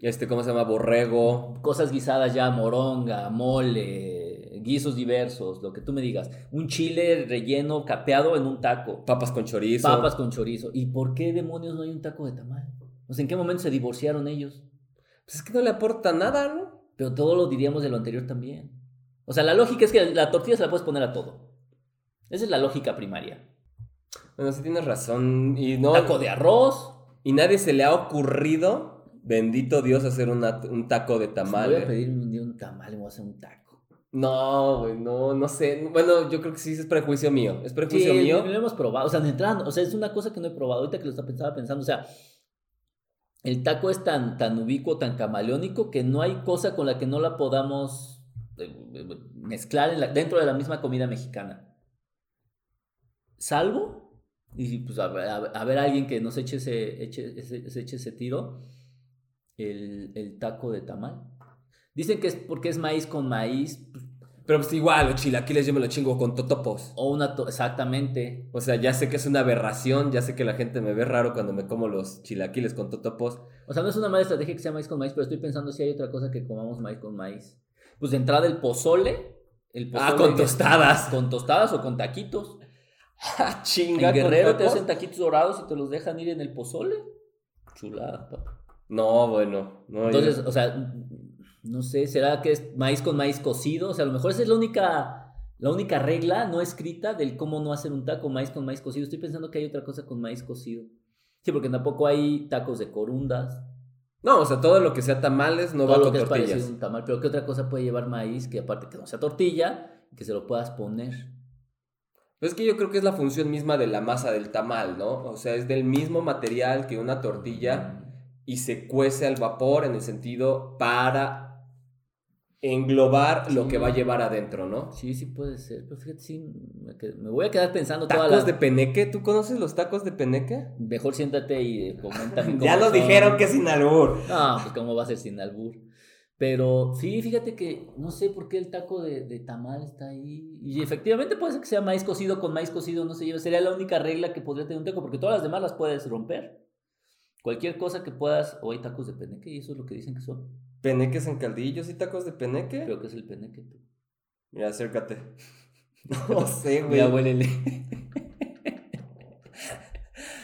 Speaker 2: este, ¿cómo se llama? Borrego.
Speaker 1: cosas guisadas ya, moronga, mole, guisos diversos, lo que tú me digas. Un chile relleno capeado en un taco.
Speaker 2: Papas con chorizo.
Speaker 1: Papas con chorizo. ¿Y por qué demonios no hay un taco de tamal? O sea, ¿en qué momento se divorciaron ellos?
Speaker 2: Pues es que no le aporta nada, ¿no?
Speaker 1: Pero todo lo diríamos de lo anterior también. O sea, la lógica es que la tortilla se la puedes poner a todo. Esa es la lógica primaria.
Speaker 2: Bueno, sí tienes razón. Y no.
Speaker 1: Taco de arroz.
Speaker 2: Y nadie se le ha ocurrido, bendito Dios, hacer una- un taco de tamal.
Speaker 1: Voy a
Speaker 2: eh.
Speaker 1: pedir un día un tamal, me voy a hacer un taco.
Speaker 2: No, güey, no, no sé. Bueno, yo creo que sí es prejuicio mío. Es
Speaker 1: Sí,
Speaker 2: prejuicio mío.
Speaker 1: lo hemos probado. O sea, de entrada, o sea, es una cosa que no he probado ahorita que lo estaba pensando, pensando. O sea, el taco es tan, tan ubicuo, tan camaleónico, que no hay cosa con la que no la podamos eh, eh, mezclar en la- dentro de la misma comida mexicana. Salvo, y pues a ver, a ver- a ver alguien que nos eche ese, eche, ese- se eche ese tiro, el, el taco de tamal. Dicen que es porque es maíz con maíz, pues,
Speaker 2: Pero pues igual, los chilaquiles yo me lo chingo con totopos.
Speaker 1: o una... to- exactamente.
Speaker 2: O sea, ya sé que es una aberración, ya sé que la gente me ve raro cuando me como los chilaquiles con totopos.
Speaker 1: O sea, no es una mala estrategia que sea maíz con maíz, pero estoy pensando si hay otra cosa que comamos maíz con maíz. Pues de entrada el pozole. El pozole
Speaker 2: Ah, con
Speaker 1: que-
Speaker 2: tostadas.
Speaker 1: Con tostadas o con taquitos.
Speaker 2: Ah, chinga,
Speaker 1: En Guerrero te
Speaker 2: totopos.
Speaker 1: hacen taquitos dorados y te los dejan ir en el pozole. Chulada, papá.
Speaker 2: No, bueno. No, yo-
Speaker 1: Entonces, o sea, no sé, ¿será que es maíz con maíz cocido? O sea, a lo mejor esa es la única, la única regla no escrita del cómo no hacer un taco maíz con maíz cocido. Estoy pensando que hay otra cosa con maíz cocido. Sí, porque tampoco hay tacos de corundas.
Speaker 2: No, o sea, todo lo que sea tamales no
Speaker 1: todo
Speaker 2: va
Speaker 1: lo
Speaker 2: con
Speaker 1: que es
Speaker 2: tortillas.
Speaker 1: parecido a un tamal. Pero ¿qué otra cosa puede llevar maíz que aparte que no sea tortilla, que se lo puedas poner?
Speaker 2: Pues es que yo creo que es la función misma de la masa del tamal, ¿no? O sea, es del mismo material que una tortilla y se cuece al vapor en el sentido para englobar lo que va a llevar adentro, ¿no?
Speaker 1: Sí, sí puede ser. Pero fíjate, sí, me, qued- me voy a quedar pensando toda
Speaker 2: ¿Tacos
Speaker 1: la...
Speaker 2: de peneque? ¿Tú conoces los tacos de peneque?
Speaker 1: Mejor siéntate y eh, coméntame.
Speaker 2: Ya
Speaker 1: cómo
Speaker 2: lo
Speaker 1: son.
Speaker 2: dijeron que es sin albur.
Speaker 1: No, pues cómo va a ser sin albur. Pero sí, fíjate que no sé por qué el taco de, de tamal está ahí. Y efectivamente puede ser que sea maíz cocido con maíz cocido, no se lleva. Sería la única regla que podría tener un taco, porque todas las demás las puedes romper. Cualquier cosa que puedas, o hay tacos de peneque, y eso es lo que dicen que son.
Speaker 2: ¿Peneques en caldillos y tacos de peneque?
Speaker 1: Creo que es el peneque. tú.
Speaker 2: Mira, acércate. No sé, güey.
Speaker 1: Mira, huélele.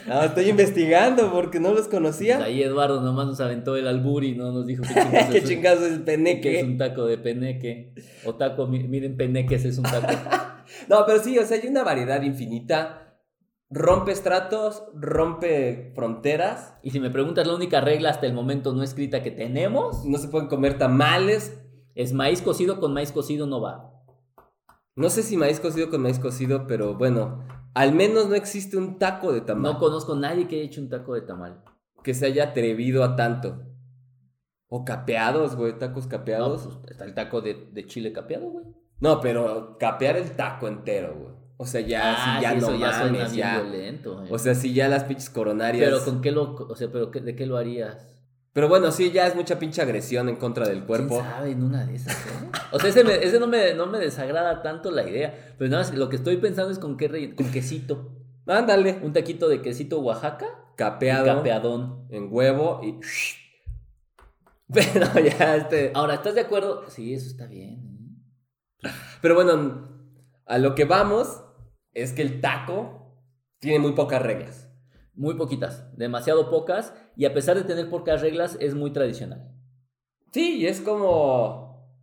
Speaker 2: No, estoy investigando porque no los
Speaker 1: Pues
Speaker 2: conocía.
Speaker 1: ahí Eduardo nomás nos aventó el albur y no nos dijo qué chingados
Speaker 2: ¿Qué
Speaker 1: es un-
Speaker 2: chingados es el
Speaker 1: que es
Speaker 2: peneque?
Speaker 1: un taco de peneque. O taco, mi- miren, peneques es un taco.
Speaker 2: No, pero sí, o sea, hay una variedad infinita. Rompe estratos, rompe fronteras.
Speaker 1: Y si me preguntas, la única regla hasta el momento no escrita que tenemos
Speaker 2: No se pueden comer tamales.
Speaker 1: es maíz cocido con maíz cocido no va.
Speaker 2: No sé si maíz cocido con maíz cocido, pero bueno, al menos no existe un taco de tamal
Speaker 1: No conozco a nadie que haya hecho un taco de tamal.
Speaker 2: que se haya atrevido a tanto. O capeados, güey, tacos
Speaker 1: No,
Speaker 2: capeados.
Speaker 1: pues, está el taco de, de chile capeado, güey.
Speaker 2: No, pero capear el taco entero, güey. O sea, ya, si Ah, ya
Speaker 1: Ah, sí,
Speaker 2: no
Speaker 1: eso ya suena
Speaker 2: mames,
Speaker 1: bien
Speaker 2: ya.
Speaker 1: violento. eh.
Speaker 2: O sea, si ya las pinches coronarias.
Speaker 1: pero con qué lo, o sea, pero qué- de qué lo harías.
Speaker 2: Pero bueno, sí, ya es mucha pinche agresión en contra del cuerpo.
Speaker 1: ¿Quién sabe en una de esas? eh? O sea, ese, me- ese no, me, no me desagrada tanto la idea. Pero nada más, lo que estoy pensando es con qué rellen- con quesito.
Speaker 2: Ándale.
Speaker 1: Un taquito de quesito Oaxaca, y
Speaker 2: Capeado.
Speaker 1: capeadón.
Speaker 2: En huevo y. Pero ya este.
Speaker 1: Ahora, ¿estás de acuerdo? Sí, eso está bien. ¿eh?
Speaker 2: Pero bueno, a lo que vamos es que el taco tiene muy pocas reglas.
Speaker 1: Muy poquitas, demasiado pocas. Y a pesar de tener pocas reglas, es muy tradicional.
Speaker 2: Sí, y es como.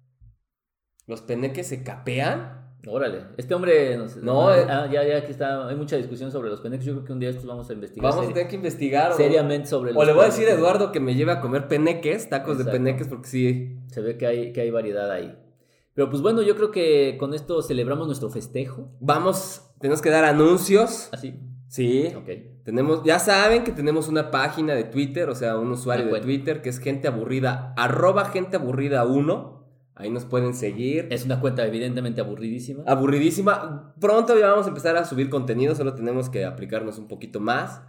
Speaker 2: Los peneques se capean.
Speaker 1: Órale, este hombre nos-
Speaker 2: No,
Speaker 1: ah,
Speaker 2: eh.
Speaker 1: ya, ya, aquí está. Hay mucha discusión sobre los penecos. Yo creo que un día estos vamos a investigar
Speaker 2: Vamos a
Speaker 1: seri-
Speaker 2: tener que investigar. o-
Speaker 1: seriamente sobre
Speaker 2: O
Speaker 1: los
Speaker 2: le voy a decir a
Speaker 1: penecos.
Speaker 2: Eduardo que me lleve a comer peneques, tacos de
Speaker 1: Exacto.
Speaker 2: peneques, porque sí.
Speaker 1: Se ve que hay, que hay variedad ahí. Pero pues bueno, yo creo que con esto celebramos nuestro festejo.
Speaker 2: Vamos, tenemos que dar anuncios.
Speaker 1: Así.
Speaker 2: Sí.
Speaker 1: Ok.
Speaker 2: Tenemos, ya saben que tenemos una página de Twitter, o sea, un usuario
Speaker 1: Una
Speaker 2: de
Speaker 1: cuenta.
Speaker 2: Twitter que es gente aburrida, arroba gente aburrida 1. Ahí nos pueden seguir.
Speaker 1: Es una cuenta evidentemente aburridísima.
Speaker 2: Ah. Aburridísima. Pronto ya vamos a empezar a subir contenido, solo tenemos que aplicarnos un poquito más.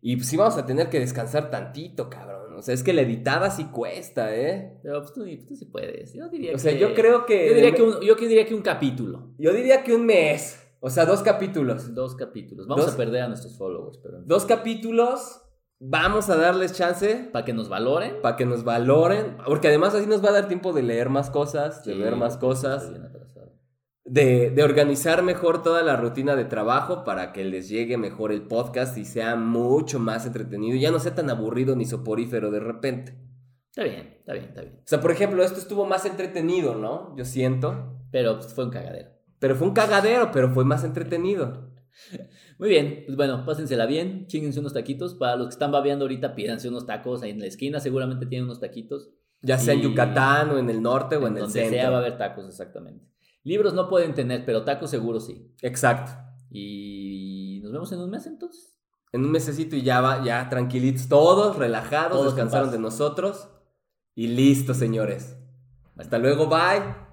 Speaker 2: Y pues sí vamos a tener que descansar tantito, cabrón. O sea, es que la editada sí cuesta, ¿eh?
Speaker 1: Pero pues tú, tú sí puedes. Yo diría
Speaker 2: O sea,
Speaker 1: que-
Speaker 2: yo creo que...
Speaker 1: Yo diría que, un, yo que diría que un capítulo.
Speaker 2: yo diría que un mes. O sea, dos capítulos.
Speaker 1: Dos capítulos. Vamos
Speaker 2: Dos-
Speaker 1: a perder a nuestros followers, pero
Speaker 2: Dos capítulos. Vamos a darles chance.
Speaker 1: para que nos valoren.
Speaker 2: para que nos valoren, porque además así nos va a dar tiempo de leer más cosas, de
Speaker 1: Sí,
Speaker 2: ver más
Speaker 1: estoy
Speaker 2: cosas,
Speaker 1: bien atrasado.
Speaker 2: de, de organizar mejor toda la rutina de trabajo para que les llegue mejor el podcast y sea mucho más entretenido, ya no sea tan aburrido ni soporífero de repente.
Speaker 1: Está bien, está bien, está bien.
Speaker 2: O sea, por ejemplo, esto estuvo más entretenido, ¿no? Yo siento.
Speaker 1: Pero pues, fue un cagadero.
Speaker 2: Pero fue un cagadero, pero fue más entretenido.
Speaker 1: Muy bien, pues bueno, pásensela bien, chinguense unos taquitos. Para los que están babeando ahorita, pídanse unos tacos ahí en la esquina, seguramente tienen unos taquitos.
Speaker 2: Ya sea en
Speaker 1: Y-
Speaker 2: Yucatán o en el norte o en, el
Speaker 1: donde
Speaker 2: centro.
Speaker 1: sea va a haber tacos, exactamente. Libros no pueden tener, pero tacos seguro sí.
Speaker 2: Exacto.
Speaker 1: Y nos vemos en un mes entonces.
Speaker 2: En un mesecito y ya va, ya tranquilitos, todos relajados,
Speaker 1: Todos en
Speaker 2: descansaron
Speaker 1: paz.
Speaker 2: de nosotros. Y listo, señores. Hasta luego, bye.